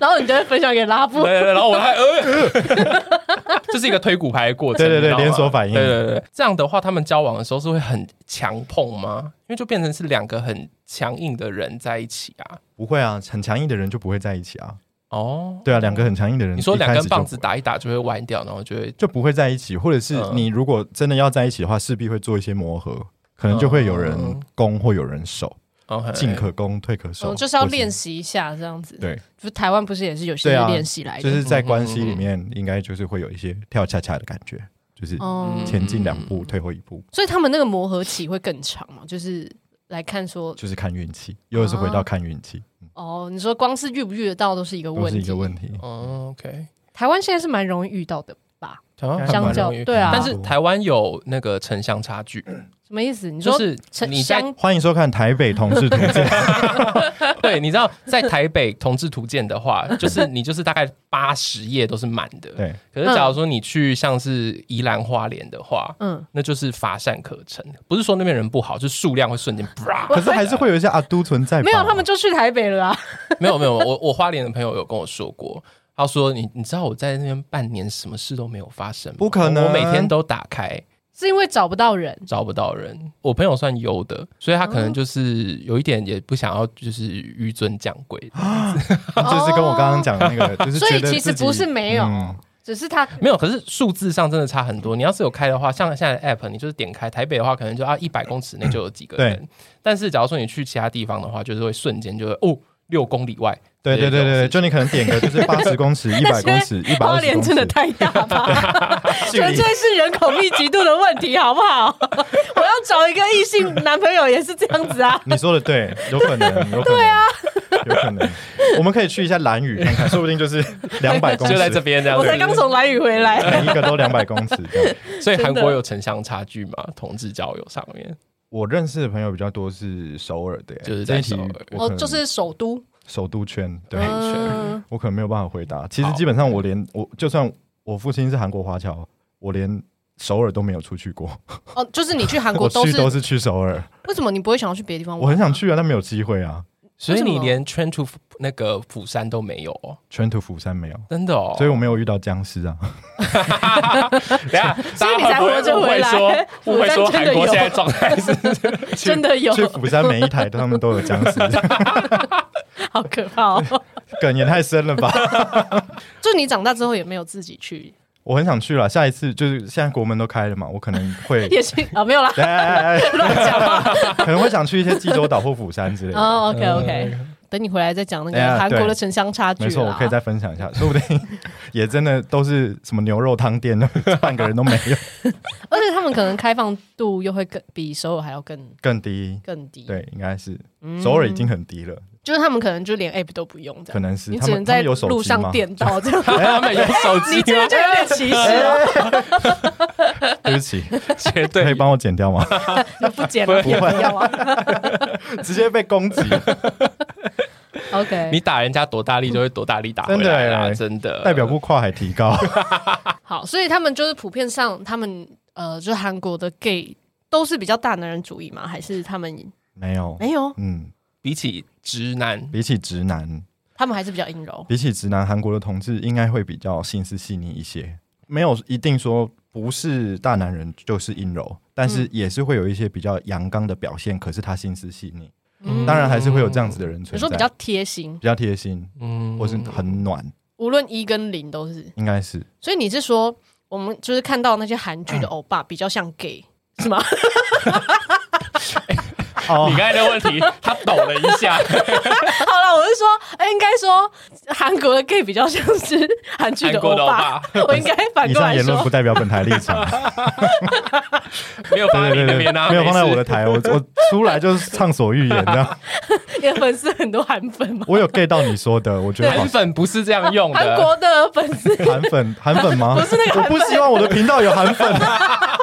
S5: 然后你就会分享给拉布
S3: 对。对对，然后我还呃， 这是一个推骨牌的过程，
S2: 对对对
S3: 你知道吗
S2: 连锁反应
S3: 对对对，这样的话，他们交往的时候是会很强碰吗？因为就变成是两个很强硬的人在一起啊。
S2: 不会啊，很强硬的人就不会在一起啊。
S3: 哦，
S2: 对啊，两个很强硬的人，
S3: 你说两
S2: 一开
S3: 根
S2: 始
S3: 棒子打一打就会弯掉，然后就会
S2: 就就不会在一起，或者是
S3: 嗯
S2: 你如果真的要在一起的话，势必会做一些磨合，可能就会有人
S3: 嗯
S2: 攻或有人守，
S3: 哦
S2: 进可攻退可
S5: 嗯，
S2: 守，
S5: 就是要
S2: 或是
S5: 练。习一下这样子。
S2: 对，
S5: 就台湾不是也是有些
S2: 对啊
S5: 练习来的，
S2: 就是在关系里
S3: 嗯
S2: 面，应该就是会有一些跳恰恰的感觉，就是
S5: 哦、
S3: 嗯
S2: 前进两步，退后一步，
S5: 所以他们那个磨合期会更长嘛，就是来看说，
S2: 就是看运气，又是回到看运气，
S5: 哦，你说光是遇不遇得到都是一个
S2: 嗯都
S5: 问
S2: 是
S5: 题，
S2: 一个问题。
S3: 哦，OK，
S5: 台湾现在是蛮容易遇到的吧？
S3: 台湾
S2: 相
S3: 蛮
S5: 较
S3: 容易
S5: 对啊
S3: 但是台湾有那个城乡差距，
S5: 什么意思？你
S3: 就
S5: 说
S3: 是
S5: 城
S3: 你在
S5: 乡
S2: 欢迎收看台北同志图鉴。
S3: 对，你知道在台北同志图鉴的话，就是你就是大概八十页都是满 的，
S2: 对，
S3: 可是假如说你去像是宜兰花莲的话，
S5: 嗯，
S3: 那就是乏善可陈。不是说那边人不好，就是数量会瞬间啪。
S2: 可是还是会有一些阿都存在吧。
S5: 没有，他们就去台北了啊。
S3: 没有没有，我我花莲的朋友有跟我说过，他说你你知道我在那边半年什么事都没有发生吗，
S2: 不可能啊
S3: 我每天都打开。
S5: 是因为找不到人，
S3: 找不到人，我朋友算优的，所以他可能就是有一点也不想要，就是纡尊降贵。
S2: 就是跟我刚刚讲的那个，就是
S5: 哦所以
S2: 觉得
S5: 其实
S2: 自己
S5: 不是没有
S2: 嗯
S5: 只是他
S3: 没有，可是数字上真的差很多。你要是有开的话，像现在的 app，你就是点开台北的话，可能就啊一百公尺内就有几个人。但是假如说你去其他地方的话，就是会瞬间就会哦六公里外。
S2: 对对对对对，就你可能点个 就是八十公尺、一百公尺、一百
S5: 花
S2: 二十
S5: 莲
S2: 公
S5: 真的
S2: 尺，
S5: 太大吧，
S2: 距
S5: 纯
S2: 离
S5: 粹是人口密集度的问题，好不好？ 我要找一个异性男朋友也是这样子啊。
S2: 你说的对，有可能，有可能，对啊，有可能，我们可以去一下蓝屿看看，说不定就是两百公尺，
S3: 就在这边这样
S5: 我
S3: 子。
S5: 才刚从蓝屿回来，
S2: 每一个都两百公尺这样。
S3: 所以
S5: 真
S3: 韩国
S5: 的
S3: 有城乡差距嘛？同志交友上面，
S2: 我认识的朋友比较多是首尔的耶，
S3: 就是
S2: 这
S3: 在
S2: 一题
S3: 首尔
S2: 我可
S1: 哦
S2: 能
S5: 首都，
S2: 哦首都圈，对
S5: 嗯，
S2: 我可能没有办法回答。其实
S3: 好
S2: 基本上我连我就算我父亲是韩国华侨，我连首尔都没有出去过，
S5: 哦，就是你去韩国
S2: 我
S5: 都
S2: 去
S5: 是
S2: 都是去首尔，
S5: 为什么你不会想要去别的地方
S1: 哦
S5: 玩？
S2: 我很想，去啊，但没有机会啊，
S3: 所以
S5: 为什
S3: 你
S5: 么
S3: 连 train to 那个釜山都没有哦，
S2: 全途釜山没有。
S3: 真的哦。
S2: 所以我没有遇到僵尸啊！
S3: 等一下，
S5: 所以你
S3: 大
S5: 才
S3: 家会不会
S5: 活着回来
S3: 误会说误会说
S5: 釜山真的
S3: 韩国
S5: 有
S3: 现在状态 是
S5: 真的有，
S2: 去釜山每一台他们都有僵 尸，
S5: 好可怕哦！
S2: 梗也太深了吧！
S5: 就你长大之后也没有自己去，
S2: 我很想去了，下一次就是现在国门都开了嘛，我可能会
S5: 也是啊， 没有啦，
S2: 哎哎哎
S5: 乱讲话。
S2: 可能会想去一些济州岛或釜山之类的。
S5: 哦，OK OK，等你回来再讲那
S2: 嗯哎
S5: 个
S2: 呀
S5: 韩
S2: 对
S5: 国的城乡差距
S2: 没错，我
S5: 啦
S2: 可以再分享一下，说 不定也真的都是什么牛肉汤店，半个人都没 有，
S5: 而且他们可能开放度又会更比首尔还要更
S2: 更低。
S5: 更低，
S2: 对，应该是
S5: 嗯
S2: 首尔已经很低了，
S5: 就是他们可能就连 app 都不用这
S2: 可
S5: 样，
S2: 能是
S5: 你
S2: 他
S5: 只能
S2: 们他
S5: 在
S2: 们有手
S5: 路
S2: 机
S5: 上
S2: 吗？
S5: 电到这 样。
S3: 他们有手
S5: 你
S3: 机
S5: 这
S3: 吗
S5: 个？就有点歧视
S2: 哎
S5: 了，
S2: 对不起，
S3: 绝
S2: 可以
S3: 对
S2: 帮我剪掉吗？
S5: 你不剪了也不要啊。
S2: 直接被攻击，
S5: OK，
S3: 你打人家多大力就会多大力打回来
S2: 真的
S3: 啦，
S2: 耶
S3: 真的
S2: 代表不跨海提高。
S5: 好，所以他们就是普遍上，他们呃，就是韩国的 gay 都是比较大男人主义嘛，还是他们
S2: 没有，
S5: 没有，
S2: 嗯，
S3: 比起直男，
S2: 比起直男，
S5: 他们还是比较阴柔。
S2: 比起直男，韩国的同志应该会比较心思细腻一些，没有一定说不是大男人就是阴柔，但
S5: 嗯
S2: 是也是会有一些比较阳刚的表现，可是他心思细腻，
S5: 嗯
S2: 当然还是会有这样子的人
S5: 你
S2: 存在，
S5: 说比较贴心
S2: 比，较贴心，
S3: 嗯
S2: 或是很暖，
S5: 无论一跟零都是。
S2: 应 该是
S5: 所以你是说，我们就是看到那些韩剧的
S3: 嗯
S5: 欧巴比较像 gay 是吗？
S2: 哦
S5: 哦
S3: 你刚。才的问题， 他抖了一下，
S5: 好了，我是说，哎应该说韩国的 gay 比较像是韩剧
S3: 韩国的欧
S5: 巴
S3: 巴。
S5: 我应该反
S2: 以
S5: 过
S2: 上
S5: 来
S2: 言论不
S5: 说，
S2: 代表本台立 场，
S3: 没有放
S2: 对
S3: 在你
S2: 对
S3: 那
S2: 对
S3: 边啊，
S2: 对，没有放在
S3: 事
S2: 我的。台，我我出来就是畅所欲言的，
S5: 你的粉丝很多韩粉嘛，
S2: 我有 get 到你说的，我觉得好
S3: 韩粉不是这样用
S5: 韩
S3: 的，
S5: 国的粉丝
S2: 韩 粉韩粉吗？
S5: 不是那个
S2: 我
S5: 韩
S2: 不希望我的频道有韩粉，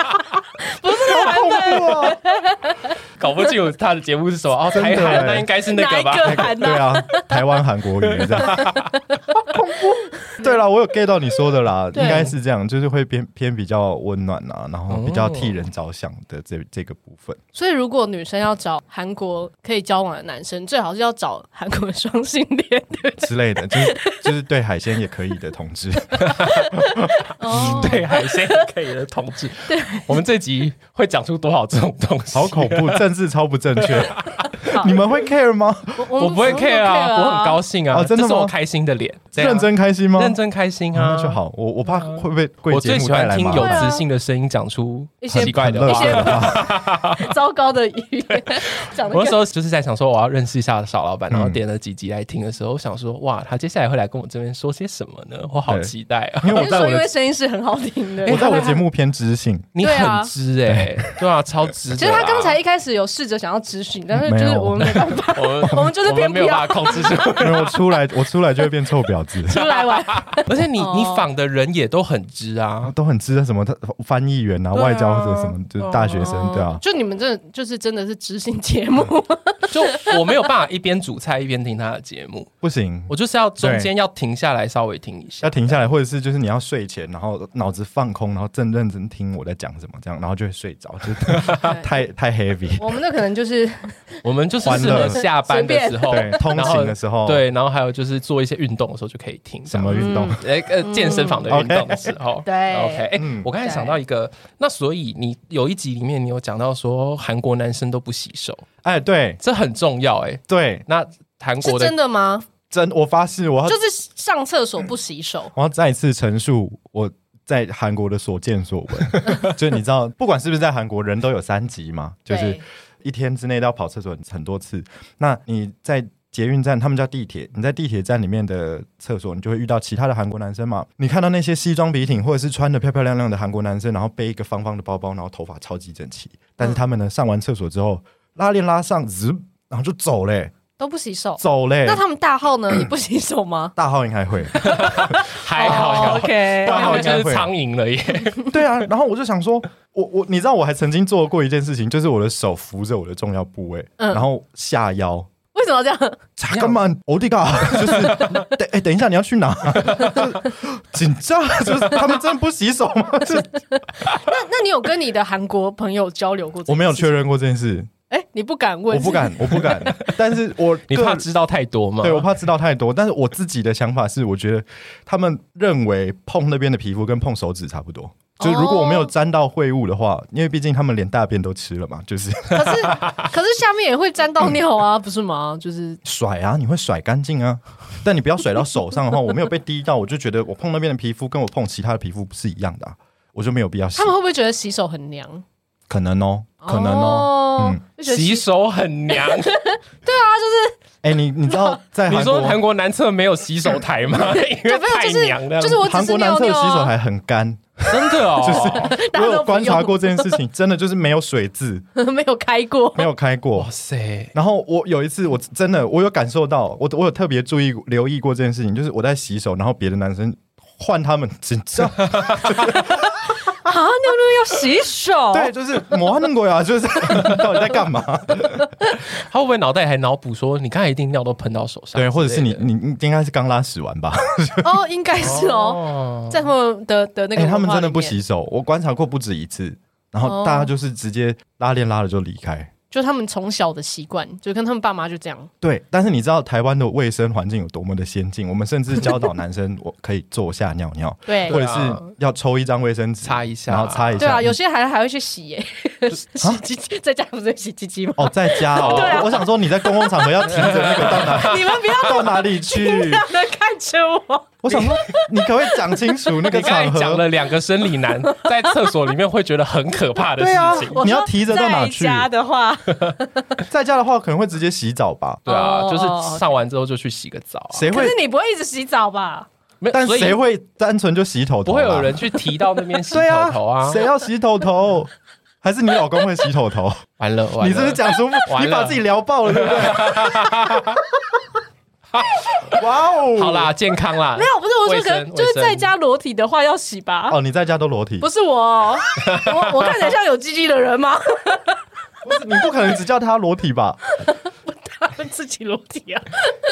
S5: 不是那个韩粉，
S2: 啊
S3: 搞不清楚他的节目是什么。哦，
S2: 真的
S3: 台
S2: 耶
S3: 韩那应该是那
S5: 哪
S3: 个
S5: 一
S3: 吧？
S5: 个韩
S2: 对
S5: 呐？
S2: 啊，台湾韩国语这样，好恐怖。对啦，我有 get 到你说的啦，
S5: 对
S2: 应该是这样，就是会偏偏比较温暖啊，然后比较替人着想的这这个部分。
S5: 所以，如果女生要找韩国可以交往的男生，最好是要找韩国的双性恋。
S2: 之类的，就是就是对海鲜也可以的同 志，
S5: 哦，
S3: 对，海鲜可以的同 志。对，我们这集会讲出多少这种东西？
S2: 好恐
S5: 啊
S2: 怖，政治超不正确，你们会 care 吗？
S5: 我
S3: 我不会 care 啊，我很高兴啊，
S2: 哦真的吗
S3: 这是我开心的脸，这样
S2: 认真开心吗？
S3: 认真开心
S2: 啊
S3: 啊，
S2: 那就。好，我我怕会被贵
S3: 我
S2: 节
S3: 最
S2: 目
S3: 喜
S2: 带
S3: 欢
S2: 来
S3: 听
S2: 麻
S3: 有
S2: 烦，
S3: 磁性的声音讲出
S5: 一些
S3: 奇怪的
S2: 很
S3: 话
S2: 乐。观啊
S5: 糟糕的语言，讲
S3: 我
S5: 的
S3: 那时候就是在想说，我要认识一下邵老
S2: 嗯
S3: 板，然后点了几集来听的时候，我想说，哇，他接下来会来跟我这边说些什么呢？我好
S2: 对
S3: 期待啊！
S2: 因为
S5: 我
S2: 我
S5: 是
S2: 在
S5: 说，
S2: 我
S5: 因
S2: 的
S5: 为声音是很好听的。
S2: 我在 我的节目偏知性，
S3: 你
S5: 对啊
S3: 很知哎， 对啊，超知的啊。
S5: 其实他刚才一开始有试着想要咨询，但是就
S2: 没
S5: 是
S2: 有
S5: 我们没办 法
S3: 我们
S5: 我们就是偏啊
S2: 啊
S3: 我没有
S5: 不要
S3: 办法控制住，
S2: 因为我出来我出来就会变臭婊子。
S5: 出来玩。
S3: 而且你
S5: 哦
S3: 你仿的人也都很知啊，
S2: 都很知道什么，他翻译员啊、
S3: 对啊哦
S2: 外交者什么，就是大学生，对啊，
S5: 就你们这就是真的是知性节目，
S3: 就我没有办法一边煮菜一边听他的节目，
S2: 不行，
S3: 我就是要中间要停下来稍微听一
S2: 要
S3: 下。
S2: 停下来，或者是就是你要睡前，然后脑子放空，然后正认真听我在讲什么，这样，然后就会睡 着，就是太太 heavy。
S5: 我们那可能就是
S3: 我们就是
S2: 呃欢
S3: 适
S2: 乐
S3: 合下班的时候，
S2: 对，通
S3: 然后
S2: 勤的时候，，
S3: 对，然后还有就是做一些运动的时候就可以听
S2: 什么运动？
S3: 呃呃健身房的运动的时候。
S5: 对
S3: OK，哎、
S2: 嗯
S3: 我刚才想到一个，那所以你有一集里面你有讲到说韩国男生都不洗手，
S2: 哎，对
S3: 这很重要哎、
S2: 对，
S3: 那韩
S5: 是
S3: 国的
S5: 真的吗？
S2: 真，我发誓，我要
S5: 就是上厕所不洗手，
S2: 我要再次陈述我在韩国的所见所闻。 就你知道，不管是不是在韩国，人都有三级嘛，就是
S5: 对
S2: 一天之内都要跑厕所很多次。那你在捷运站，他们叫地铁，你在地铁站里面的厕所，你就会遇到其他的韩国男生嘛。你看到那些西装笔挺或者是穿的漂漂亮亮的韩国男生，然后背一个方方的包包，然后头发超级整齐，但是他们呢，上完厕所之后拉链拉上，直然后就走嘞、
S5: 都不洗手。
S2: 走嘞、
S5: 那他们大号呢？也不洗手吗？哦
S2: 大号应该会，
S3: 还好还 好。
S5: o k
S3: 不然他们就
S2: 啊应该会
S3: 是苍蝇了耶！
S2: 对啊，然后我就想说，我我你知道我还曾经做过一件事情，就是我的手扶着我的重要部位，
S5: 嗯
S2: 然后下腰，
S5: 为什么要这样？
S2: 查干嘛？欧迪嘎， 就是等哎，等一下，你要去哪？ 紧张，啊就是他们真的不洗手吗？ 就是
S5: 那那你有跟你的韩国朋友交流过？
S2: 我没有确。认过这件事，
S5: 哎，你不敢问？
S2: 我不敢，我不敢。但是我
S3: 你
S2: 个
S3: 怕知道太多吗？
S2: 对我怕知道太多，但是我自己的想法是，我觉得他们认为碰那边的皮肤跟碰手指差不多。就是如果我没有沾到秽物的话，因为毕竟他们连大便都吃了嘛，就是
S5: 可是可是下面也会沾到尿啊，不是吗？就是
S2: 甩啊，你会甩干净啊， 但你不要甩到手上的话，我没有被滴到，我就觉得我碰那边的皮肤跟我碰其他的皮肤是一样的、啊，我就没有必要洗
S5: 他。们会不会觉得洗手很娘？
S2: 可能哦，可能哦。嗯
S5: 就觉得
S3: 洗手很娘。
S2: 哎、你你 知道在
S3: 你
S2: 韩
S3: 说
S2: 国，
S3: 韩国男厕没有洗手台吗？ 因为太娘了，
S5: 就是我只
S2: 韩
S5: 是
S2: 国男
S5: 尿
S2: 厕的
S5: 尿
S2: 洗手
S5: 啊，
S2: 还很 干，
S3: 真的哦，
S5: 大家都
S2: 我有观察
S5: 不
S2: 过这件事情，真的就是没有水 渍，
S5: 用没有开过。
S2: 没有开过
S3: 哇。塞，
S2: 然后我有一次，我真的我有感受到，我我有特别注意留意过这件事情，就是我在洗手，然后别的男生换他们紧 张，
S5: 啊，尿尿要洗 手，
S2: 对，就是磨难过呀，啊就是 到底在干嘛？
S3: 他会不会脑袋还脑补说你刚才一定尿都喷到手上之类
S2: 对，
S3: 的？
S2: 或者是你你你应该是刚拉屎完吧？
S5: 哦，应该是哦，
S3: 哦，
S5: 在他们的的那个
S2: 哎，
S5: 文化
S2: 他们真的
S5: 里
S2: 不
S5: 面，哦
S2: 洗手，我观察过不止一次，然后大家就是直接拉链拉了就离开。
S5: 就他们从小的习惯，就跟他们爸妈就这样。
S2: 对，但是你知道台湾的卫生环境有多么的先进？我们甚至教导男生我可以坐下尿尿，
S5: 对
S2: 或
S3: 对
S2: 者
S3: 啊
S2: 是要抽一张卫生纸
S3: 擦一下
S2: 然后擦一
S5: 哎
S2: 下。
S5: 对啊，有些还还会去洗耶，
S2: 啊
S5: 洗鸡鸡，在家不是洗鸡鸡吗？
S2: 哦，在家哦，
S5: 对啊
S2: 我我想说你在公共场合要提着那个到 哪
S5: 你们不要
S2: 到哪 里去？
S5: 不要看着我，
S2: 我想说你可不可以讲清楚那个
S3: 你刚才
S2: 场
S3: 讲
S2: 合？
S3: 了两个生理 男在厕所里面会觉得很可怕的事
S2: 对啊
S3: 情，，
S5: 我
S2: 你要
S5: 啊说
S2: 提着到哪去
S5: 在？家的话，
S2: 在家的话可能会直接洗澡吧，
S3: 对啊，
S5: 哦
S3: 就是上完之后就去洗个澡啊，
S2: 谁
S5: 可
S2: 会？
S5: 是你不会一直洗澡吧？
S3: 没有
S2: 但
S3: 所以
S2: 谁会单纯就洗头头？啊
S3: 不会
S5: 啊
S3: 有人。去提到那边洗
S2: 对
S3: 头
S2: 啊
S3: 头啊？，
S2: 谁要洗头 头？还是你老公会洗头头？
S3: 完了完了，
S2: 你是不是讲出
S3: 完了
S2: 你把自己聊爆了，对 不对？哇哦！
S3: 好，啦，健康啦，
S5: 没有，不是我
S3: 卫
S5: 说，可
S3: 生
S5: 能就是
S3: 卫生
S5: 在家裸体的话要洗吧。
S2: 哦，你在家都裸体
S5: 不，是我哦，我我看起来像有鸡鸡的人吗？
S2: 不是你不可能只叫他裸体吧？
S5: 他们自己裸体啊？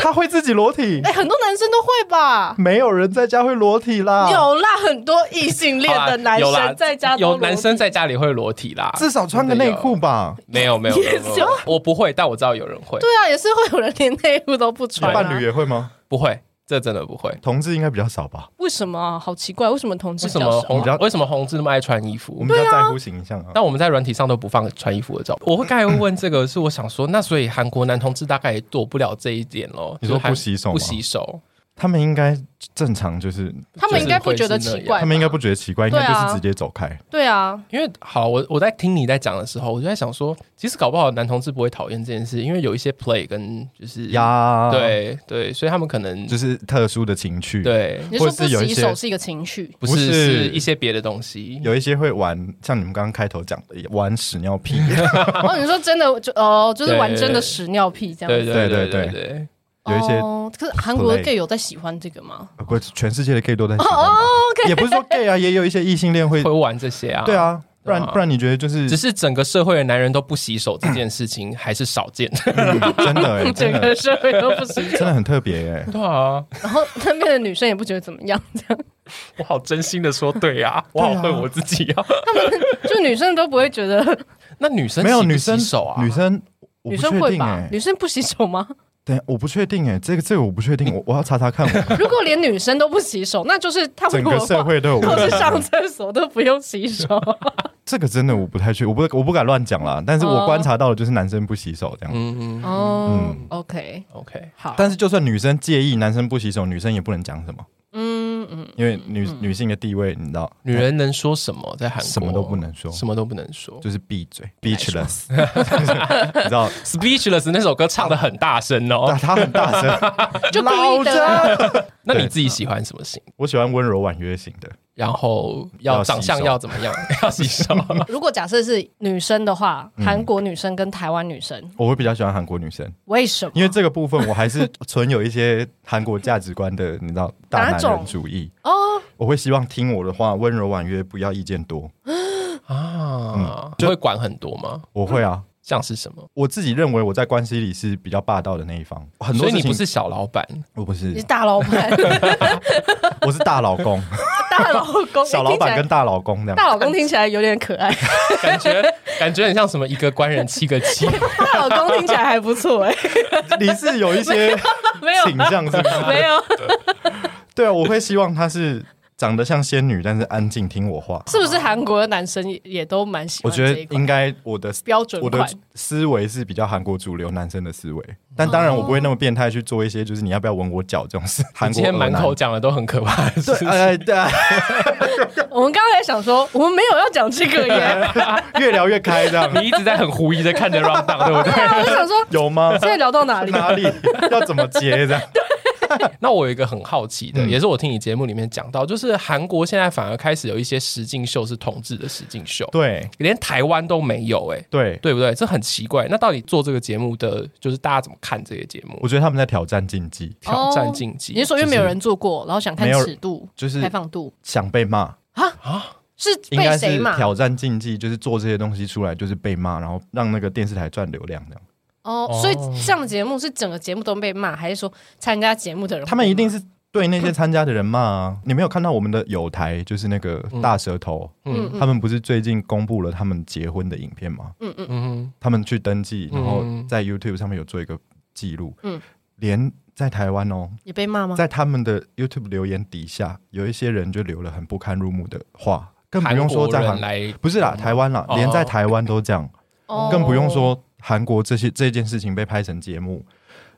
S2: 他会自己裸体
S5: 哎、？很多男生都会吧？
S2: 没有人在家会裸体啦，
S5: 有啦，很多异性恋
S3: 哦好啦
S5: 的男
S3: 有啦
S5: 生在家都
S3: 有
S5: 裸体
S3: 男生在家里会裸体啦，
S2: 至少穿个内裤吧。
S3: 没有没有，没有
S5: 也
S3: 没有
S5: 是吗
S3: 我不会，但我知道有人会，
S5: 对啊，也是会有人连内裤都不穿、啊。
S2: 伴侣也会吗？
S3: 不会，这真的不会。
S2: 同志应该比较少吧？
S5: 为什么啊、好奇怪，为什么同志
S3: 为什
S5: 较
S3: 么
S5: 少？啊
S3: 红
S2: 比较
S3: 为什么红志那么爱穿衣
S2: 我
S3: 服？
S2: 们比较在乎形象啊。
S3: 但我们在软体上都不放穿衣服的照片。我会刚才会问这个，是我想说，那所以韩国男同志大概也躲不了这一点咯。
S2: 你说
S3: 就是还
S2: 不洗手吗
S3: 不洗手，
S2: 他们应该正常，就是
S5: 他们应该不觉得奇怪吧，
S2: 他们应该不觉得奇怪，应
S5: 对啊
S2: 该就是直接走开。
S5: 对啊，
S3: 因为好，我我在听你在讲的时候，我就在想说，其实搞不好男同志不会讨厌这件事，因为有一些 play 跟就是
S2: 呀，，
S3: 对对，所以他们可能
S2: 就是特殊的情趣。，
S3: 对，
S5: 你就说
S2: 或
S5: 不
S2: 是有一
S5: 洗
S2: 些
S5: 手是一个情绪，
S3: 不是
S2: 不是
S3: 是一些别的东西。
S2: 有一些会玩，像你们刚刚开头讲的，玩屎尿屁。
S5: 哦，你说真的就哦，就是
S3: 对
S5: 玩真的屎尿屁这样子。
S3: 对对
S2: 对
S3: 对对
S2: 对
S3: 对，
S2: 有一些
S5: 哦，可是韩国的
S2: play
S5: gay 有在喜欢这个吗？
S2: 呃不，全世界的 gay 都在喜欢吧。也不是说 gay 啊，也有一些异性恋会
S3: 会。玩这些啊。
S2: 对，啊，不然
S3: 对啊
S2: 不然你觉得就是
S3: 只是整个社会的男人都不洗手这件事情还是少见。
S2: 真的欸
S5: 整
S2: 真的
S5: 个社会都不行，
S2: 真的很特别哎。
S3: 对啊，
S5: 然后那边的女生也不觉得怎么 样，这样
S3: 我好真心的说，对啊，我好恨我自己啊。
S5: 就女生都不会觉得
S3: 那女生
S2: 没有
S3: 洗不
S2: 女生
S3: 洗手啊，
S2: 女生我
S5: 女
S2: 不
S5: 生
S2: 确
S5: 会
S2: 定
S5: 吧
S2: 哎？，
S5: 女生不洗手吗？
S2: 对，我不确定哎，这个这个我不确定，我我要查查看，我
S5: 如果连女生都不洗手，那就是他们
S2: 整
S5: 如
S2: 个
S5: 果
S2: 社会都有
S5: 或
S2: 问
S5: 是
S2: 题。
S5: 上厕所都不用洗 手，
S2: 这个真的我不太确，我不我不敢乱讲啦。但是我
S5: 哦
S2: 观察到的就是男生不洗手这样，
S3: 嗯嗯
S5: 哦，OK，
S3: ，OK，
S5: 好，
S2: 但是就算女生介意男生不洗手，女生也不能讲什么，
S5: 嗯嗯，
S2: 因为女女性的地位你知道，
S3: 女人能说什么？在韩国
S2: 嗯什么都不能说
S3: 什么都不能说。
S2: 就是闭嘴，speechless，你 知道
S3: Speechless 那首歌唱的很大声
S2: 打
S3: 哦，
S2: 他很大声。
S5: 就故意的啊，
S3: 那你自己喜欢什么型？
S2: 我喜欢温柔婉约型的，
S3: 然后
S2: 要
S3: 要
S2: 洗手
S3: 长相要怎么样？ 要洗手，
S5: 如果假设是女生的话，
S2: 嗯
S5: 韩国女生跟台湾女生，
S2: 我会比较喜欢韩国女生，
S5: 为什么？
S2: 因为这个部分我还是存有一些韩国价值观的，你知道大
S5: 哪
S2: 男
S5: 种
S2: 人主义。
S5: 哦，
S2: 我会希望听我的话，温柔婉约，不要意见多。
S3: 啊，就会管很多吗？
S2: 我会啊，
S3: 像是什么？
S2: 我自己认为我在关系里是比较霸道的那一方，很
S3: 所
S2: 多
S3: 以
S2: 事
S3: 你
S2: 情
S3: 不是小老板，
S2: 我不
S5: 你是
S2: 是，
S5: 大老板，
S2: 我是大老 公，
S5: 大老公，
S2: 小老板
S5: 听起来
S2: 跟大老公这样。
S5: 大老公听起来有点可爱，
S3: 感觉感觉很像什么一个官人七个妻，
S5: 大老公听起来还不错哎，
S2: 你是有一些
S5: 没有
S2: 倾向是不是？
S5: 没有，
S2: 对啊，我会希望她是长得像仙女，但是安静听我话。
S5: 是不是韩国的男生也也都蛮喜
S2: 我
S5: 欢
S2: 觉
S5: 这
S2: 得
S5: 一款？
S2: 应该我的
S5: 标准
S2: 我的
S5: 款
S2: 思维是比较韩国主流男生的思维，但当然我不会那么变态去做一些就是你要不要吻我脚这种 事。韩国
S3: 今天满口
S2: 恶
S3: 讲的都很可怕的事
S2: 男对，哎对啊，
S5: 我们刚才想说，我们没有要讲这个 耶，
S2: 越聊越开 这样，
S3: 你一直在很狐疑的看着 round down，对不对？
S5: 对啊，我就想说，
S2: 有吗？
S5: 现在聊到 哪里？
S2: 哪里要怎么接这样？
S3: 那我有一个很好奇的，
S2: 嗯
S3: 也是我听你节目里面讲到，就是韩国现在反而开始有一些实境秀是同志的实境秀，
S2: 对
S3: 连台湾都没有、哎，
S2: 对，
S3: 对不对？这很奇怪。那到底做这个节目的，就是大家怎么看这些节目
S2: 我？觉得他们在挑战禁忌，
S3: 挑战
S5: 哦
S3: 竞技，
S5: 你是说因为没有人做过，然后想看
S2: 没有
S5: 尺度、
S2: 就是
S5: 开放度
S2: 想被骂，
S5: 是
S2: 应
S5: 被
S2: 该
S5: 谁
S2: 是
S5: 嘛？
S2: 挑战禁忌，就是做这些东西出来就是被骂，然后让那个电视台赚流量这样。
S5: 哦，所以上节目是整个节目都被骂，还是说参加节目的人？
S2: 他们一定。是对那些参加的人骂 啊！你没有看到我们的友台，就是那个大舌头，
S3: 嗯
S2: 他们不是最近公布了他们结婚的影片吗？
S3: 嗯
S2: 他们去登记，
S3: 嗯
S2: 然后在 YouTube 上面有做一个记录，
S5: 嗯
S2: 连在台湾哦，
S5: 也被骂吗？
S2: 在他们的 YouTube 留言底下，有一些人就留了很不堪入目的话，更
S3: 哼，
S2: 不用说在
S3: 韩
S2: 韩，
S3: 国人来，
S2: 不是啦，台湾啦，
S3: 哦
S2: 连在台湾都这样，
S5: 哦
S2: 更不用说韩国这些这件事情被拍成节目，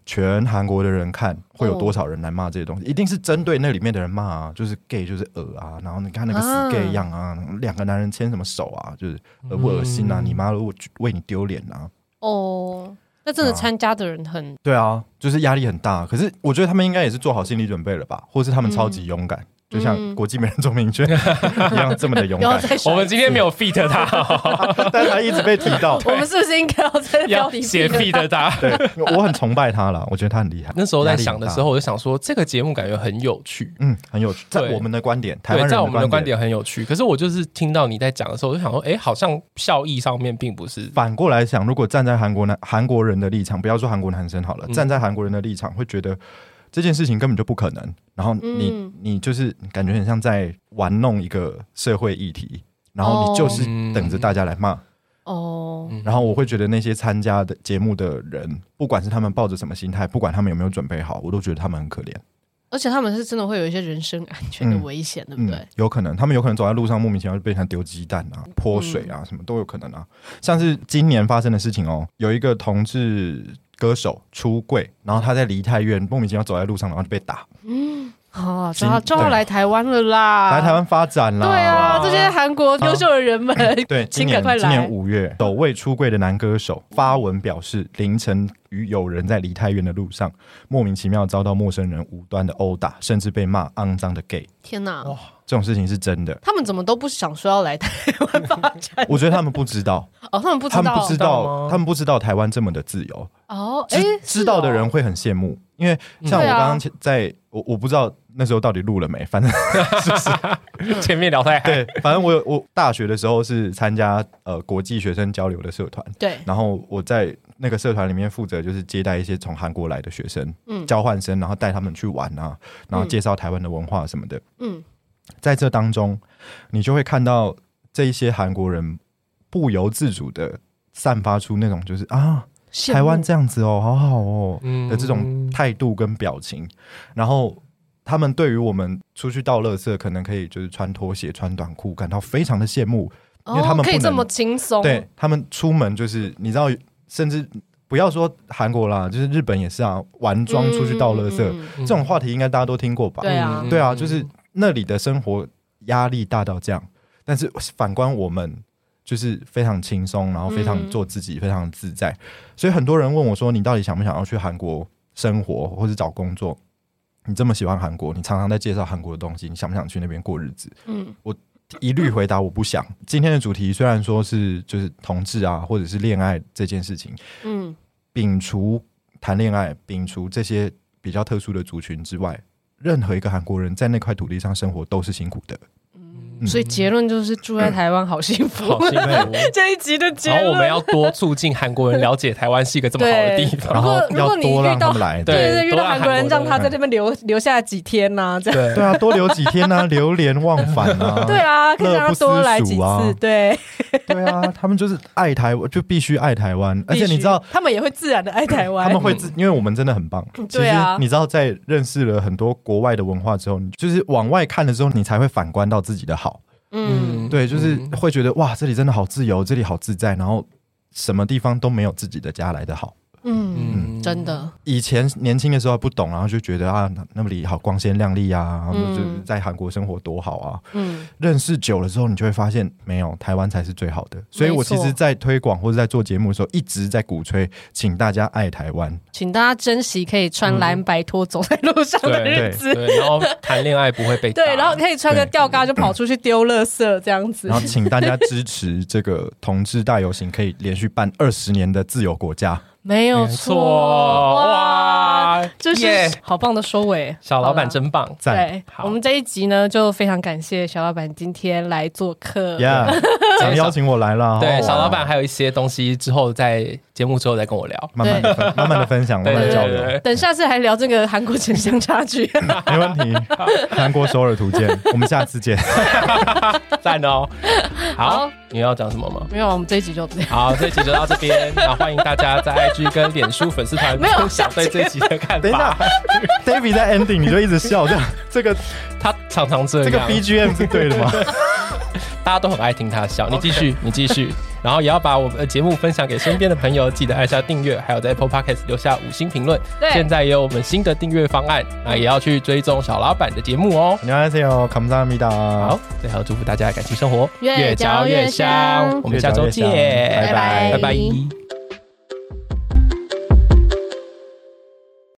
S2: 全韩国的人看会有多少人来骂这些东西？一定是针对那里面的人骂啊，就是 gay 就是恶啊，然后你看那个
S5: 啊
S2: 死 gay 样啊，两个男人牵什么手啊，就是恶不恶心啊？
S3: 嗯
S2: 你妈的，我为你丢脸啊！
S5: 哦，那真的参加的人很
S2: 对啊，就是压力很大。可是我觉得他们应该也是做好心理准备了吧，或是他们超级勇
S5: 嗯
S2: 敢，就像国际美人钟明 轩一样这么的勇
S5: 不要
S2: 敢，
S5: 再
S3: 我
S5: 说。
S3: 们今天没有 feed 他 哦，
S2: 但他一直被提到。
S5: 我们是不是应该要 在标
S3: 要
S5: 题
S3: 写 feed 他。
S2: 对，我很崇拜他了，我觉得他很厉害。
S3: 那时候在
S2: 压
S3: 想
S2: 力
S3: 的
S2: 很大
S3: 时候，我就想说，这个节目感觉很有趣，
S2: 嗯，很有趣。在
S3: 对
S2: 我们的观点，台湾
S3: 对，
S2: 人
S3: 在我们的观
S2: 点，
S3: 点很有趣。可是我就是听到你在讲的时候，我就想说，哎，好像效益上面并不是
S2: 反过来想，如果站在韩国男韩国人的立场，不要说韩国男生好了，
S3: 嗯
S2: 站在韩国人的立场，会觉得这件事情根本就不可能。然后你、
S5: 嗯
S2: 你就是感觉很像在玩弄一个社会议题，然后
S5: 哦
S2: 你就是等着大家来骂。
S3: 嗯
S5: 哦，
S2: 然后我会觉得那些参加的节目的人，不管是他们抱着什么心态，不管他们有没有准备好，我都觉得他们很可怜。
S5: 而且他们是真的会有一些人身安全的危险，对不
S2: 嗯
S5: 对？，嗯
S2: 有可能，他们有可能走在路上莫名其妙就被人家丢鸡蛋啊、泼水啊，什么都有可能啊。像是今年发生的事情哦，有一个同志歌手出柜，然后他在梨泰院莫名其妙走在路上，然后就被打，
S5: 哦，就
S2: 行
S5: 要就要
S2: 嗯对
S5: 来台湾了啦！
S2: 来台湾发展啦。
S5: 啊对啊，这些韩国优秀的人们，
S2: 对，今
S5: 请赶
S2: 年
S5: 快
S2: 今年
S5: 来。
S2: 五月，首位出柜的男歌手发文表示，凌晨与友人在梨泰院的路上，莫名其妙遭到陌生人无端的殴打，甚至被骂肮脏的 gay，
S5: 天哪，。
S3: 哇
S2: 这种事情是真的
S5: 他们怎么都不想说要来台湾发 展？
S2: 我觉得他们不知道，
S5: 哦，他们不知
S2: 他们
S5: 道
S2: 不知
S3: 知道
S2: 道
S3: 吗，
S2: 他们不知道台湾这么的自由，
S5: 哦，哎
S2: 知，
S5: 是
S2: 知道的
S5: 哦
S2: 人会很羡慕，因为像我
S5: 对啊
S2: 刚刚前在我我不知道那时候到底录了没， 反正
S3: 前面聊太嗨。
S2: 对，反正我有我大学的时候是参加呃国际学生交流的社团，
S5: 对，
S2: 然后我在那个社团里面负责就是接待一些从韩国来的学生，
S5: 嗯
S2: 交换生，然后带他们去玩啊，然后介绍台湾的文化什么的。
S5: 嗯，
S2: 在这当中，你就会看到这一些韩国人不由自主的散发出那种就是啊，
S5: 羡慕
S2: 台湾这样子哦，好好哦
S3: 嗯
S2: 的这种态度跟表情，然后他们对于我们出去倒垃圾，可能可以就是穿拖鞋、穿短裤，感到非常的羡慕。因为他们
S5: 哦、可以
S2: 不
S5: 这
S2: 能
S5: 么轻松，
S2: 对他们出门就是你知道，甚至不要说韩国啦，就是日本也是啊，玩
S5: 嗯，
S2: 妆出去倒垃圾，
S5: 嗯嗯嗯
S3: 嗯
S2: 这种话题应该大家都听过吧？
S5: 对啊
S3: 嗯
S2: 对啊，就是那里的生活压力大到这样，但是反观我们就是非常轻松，然后非常
S5: 嗯
S2: 做自己，非常自在。
S3: 嗯
S2: 所以很多人问我说：“你到底想不想要去韩国生活，或是找工作？”你这么喜欢韩国，你常常在介绍韩国的东西，你想不想去那边过日子？
S5: 嗯
S2: 一律回答我不想。今天的主题虽然说是就是同志啊，或者是恋爱这件事情，
S5: 嗯，
S2: 摒除谈恋爱，摒除这些比较特殊的族群之外，任何一个韩国人在那块土地上生活都是辛苦的。
S5: 所以结论就是住在台湾好幸福。
S3: 好哦幸福。
S5: 这一集的结
S3: 然
S5: 论。
S3: 后我们要多促进韩国人了解台湾是一个这么好的 地
S2: 然
S3: 方。
S2: 后
S5: 如果如
S2: 要
S5: 果你
S2: 多让
S5: 遇
S2: 他
S5: 到
S2: 们来
S5: 对
S2: 的，
S5: 对对，遇
S3: 对
S5: 到
S3: 多让
S5: 韩国人
S3: 韩国
S5: 让
S3: 人
S5: 他在这边留留下几天呐、这样。
S3: 对
S2: 对啊，多留几天 啊，流连忘返啊，
S5: 对啊，可以让他多来几
S2: 乐
S5: 次。
S2: 不思蜀啊
S5: 对，
S2: 对啊，他们就是爱台湾，就必须爱台湾，而且
S5: 必须
S2: 你知道。
S5: 他们也会自然的爱台湾。
S2: 他们会自，因为我们真的很棒。其
S5: 对
S2: 实
S5: 啊
S2: 你知道，在认识了很多国外的文化之后，你就是往外看了之后，你才会反观到自己的好。
S5: 嗯，
S2: 对，就是
S3: 嗯
S2: 会觉得哇，这里真的好自由，这里好自在，然后什么地方都没有自己的家来的好。
S5: 嗯，
S3: 嗯
S5: 真的，
S2: 以前年轻的时候还不懂，然后就觉得啊，那那里好光鲜亮丽啊，
S5: 嗯
S2: 就是在韩国生活多好啊。
S5: 嗯，
S2: 认识久了之后，你就会发现没有台湾才是最好的。所以我其实，在推广或者在做节目的时候，一直在鼓吹，请大家爱台湾。
S5: 请大家珍惜可以
S2: 嗯
S5: 穿蓝白拖走在路上的日子。
S3: 对，然后谈恋爱不会被打
S5: 对，然后可以穿个
S2: 对
S5: 吊嘎就跑出去丢垃圾这样子
S2: 然。后，请大家支持这个同志大游行，可以连续办二十年的自由国 家。
S5: 没有
S3: 没错，哇，
S5: 这是
S3: 耶
S5: 好棒的收尾。
S3: 小老
S5: 好
S3: 板
S5: 啦
S3: 真棒，
S2: 赞
S5: 对，
S3: 好
S5: 我们这一集呢就非常感谢小老板今天来做客。
S2: 呀，想邀请我来了。
S3: 对，
S2: 哦
S3: 小老板还有一些东西之后在节目之后再跟我聊。
S2: 慢慢的分，慢慢的分享，慢
S3: 对
S2: 慢
S3: 对
S2: 的交
S3: 对
S2: 流，
S3: 对，
S5: 等下次还聊这个韩国城乡差距。
S2: 没问题。韩国首尔图见，我们下次见。
S3: 对赞 哦。
S5: 好
S3: 好，你要讲什么吗？
S5: 没有，我们这一集就这样。
S3: 好，这集就到这 边，然后欢迎大家在 IG 跟脸书粉丝团
S5: 没有
S3: 分享对这集的看
S2: 等一下
S3: 法。
S2: ，David 在 ending 你就一直笑，这样这个
S3: 他常常这
S2: 这个
S3: 样，
S2: BGM 是对 的吗？
S3: 大家都很爱听他笑。你继续，你继续，然后也要把我们的节目分享给身边的朋友，记得按下订阅，还有在 Apple Podcast 留下五星评论。
S5: 对
S3: 现在也有我们新的订阅方案，那也要去追踪小老板的节目哦。
S2: 你好，감사합니다。
S3: 好，最后祝福大家感情生活
S5: 越嚼越香
S3: 我们下周见，
S2: 越嚼越香拜
S5: 拜拜
S3: 拜拜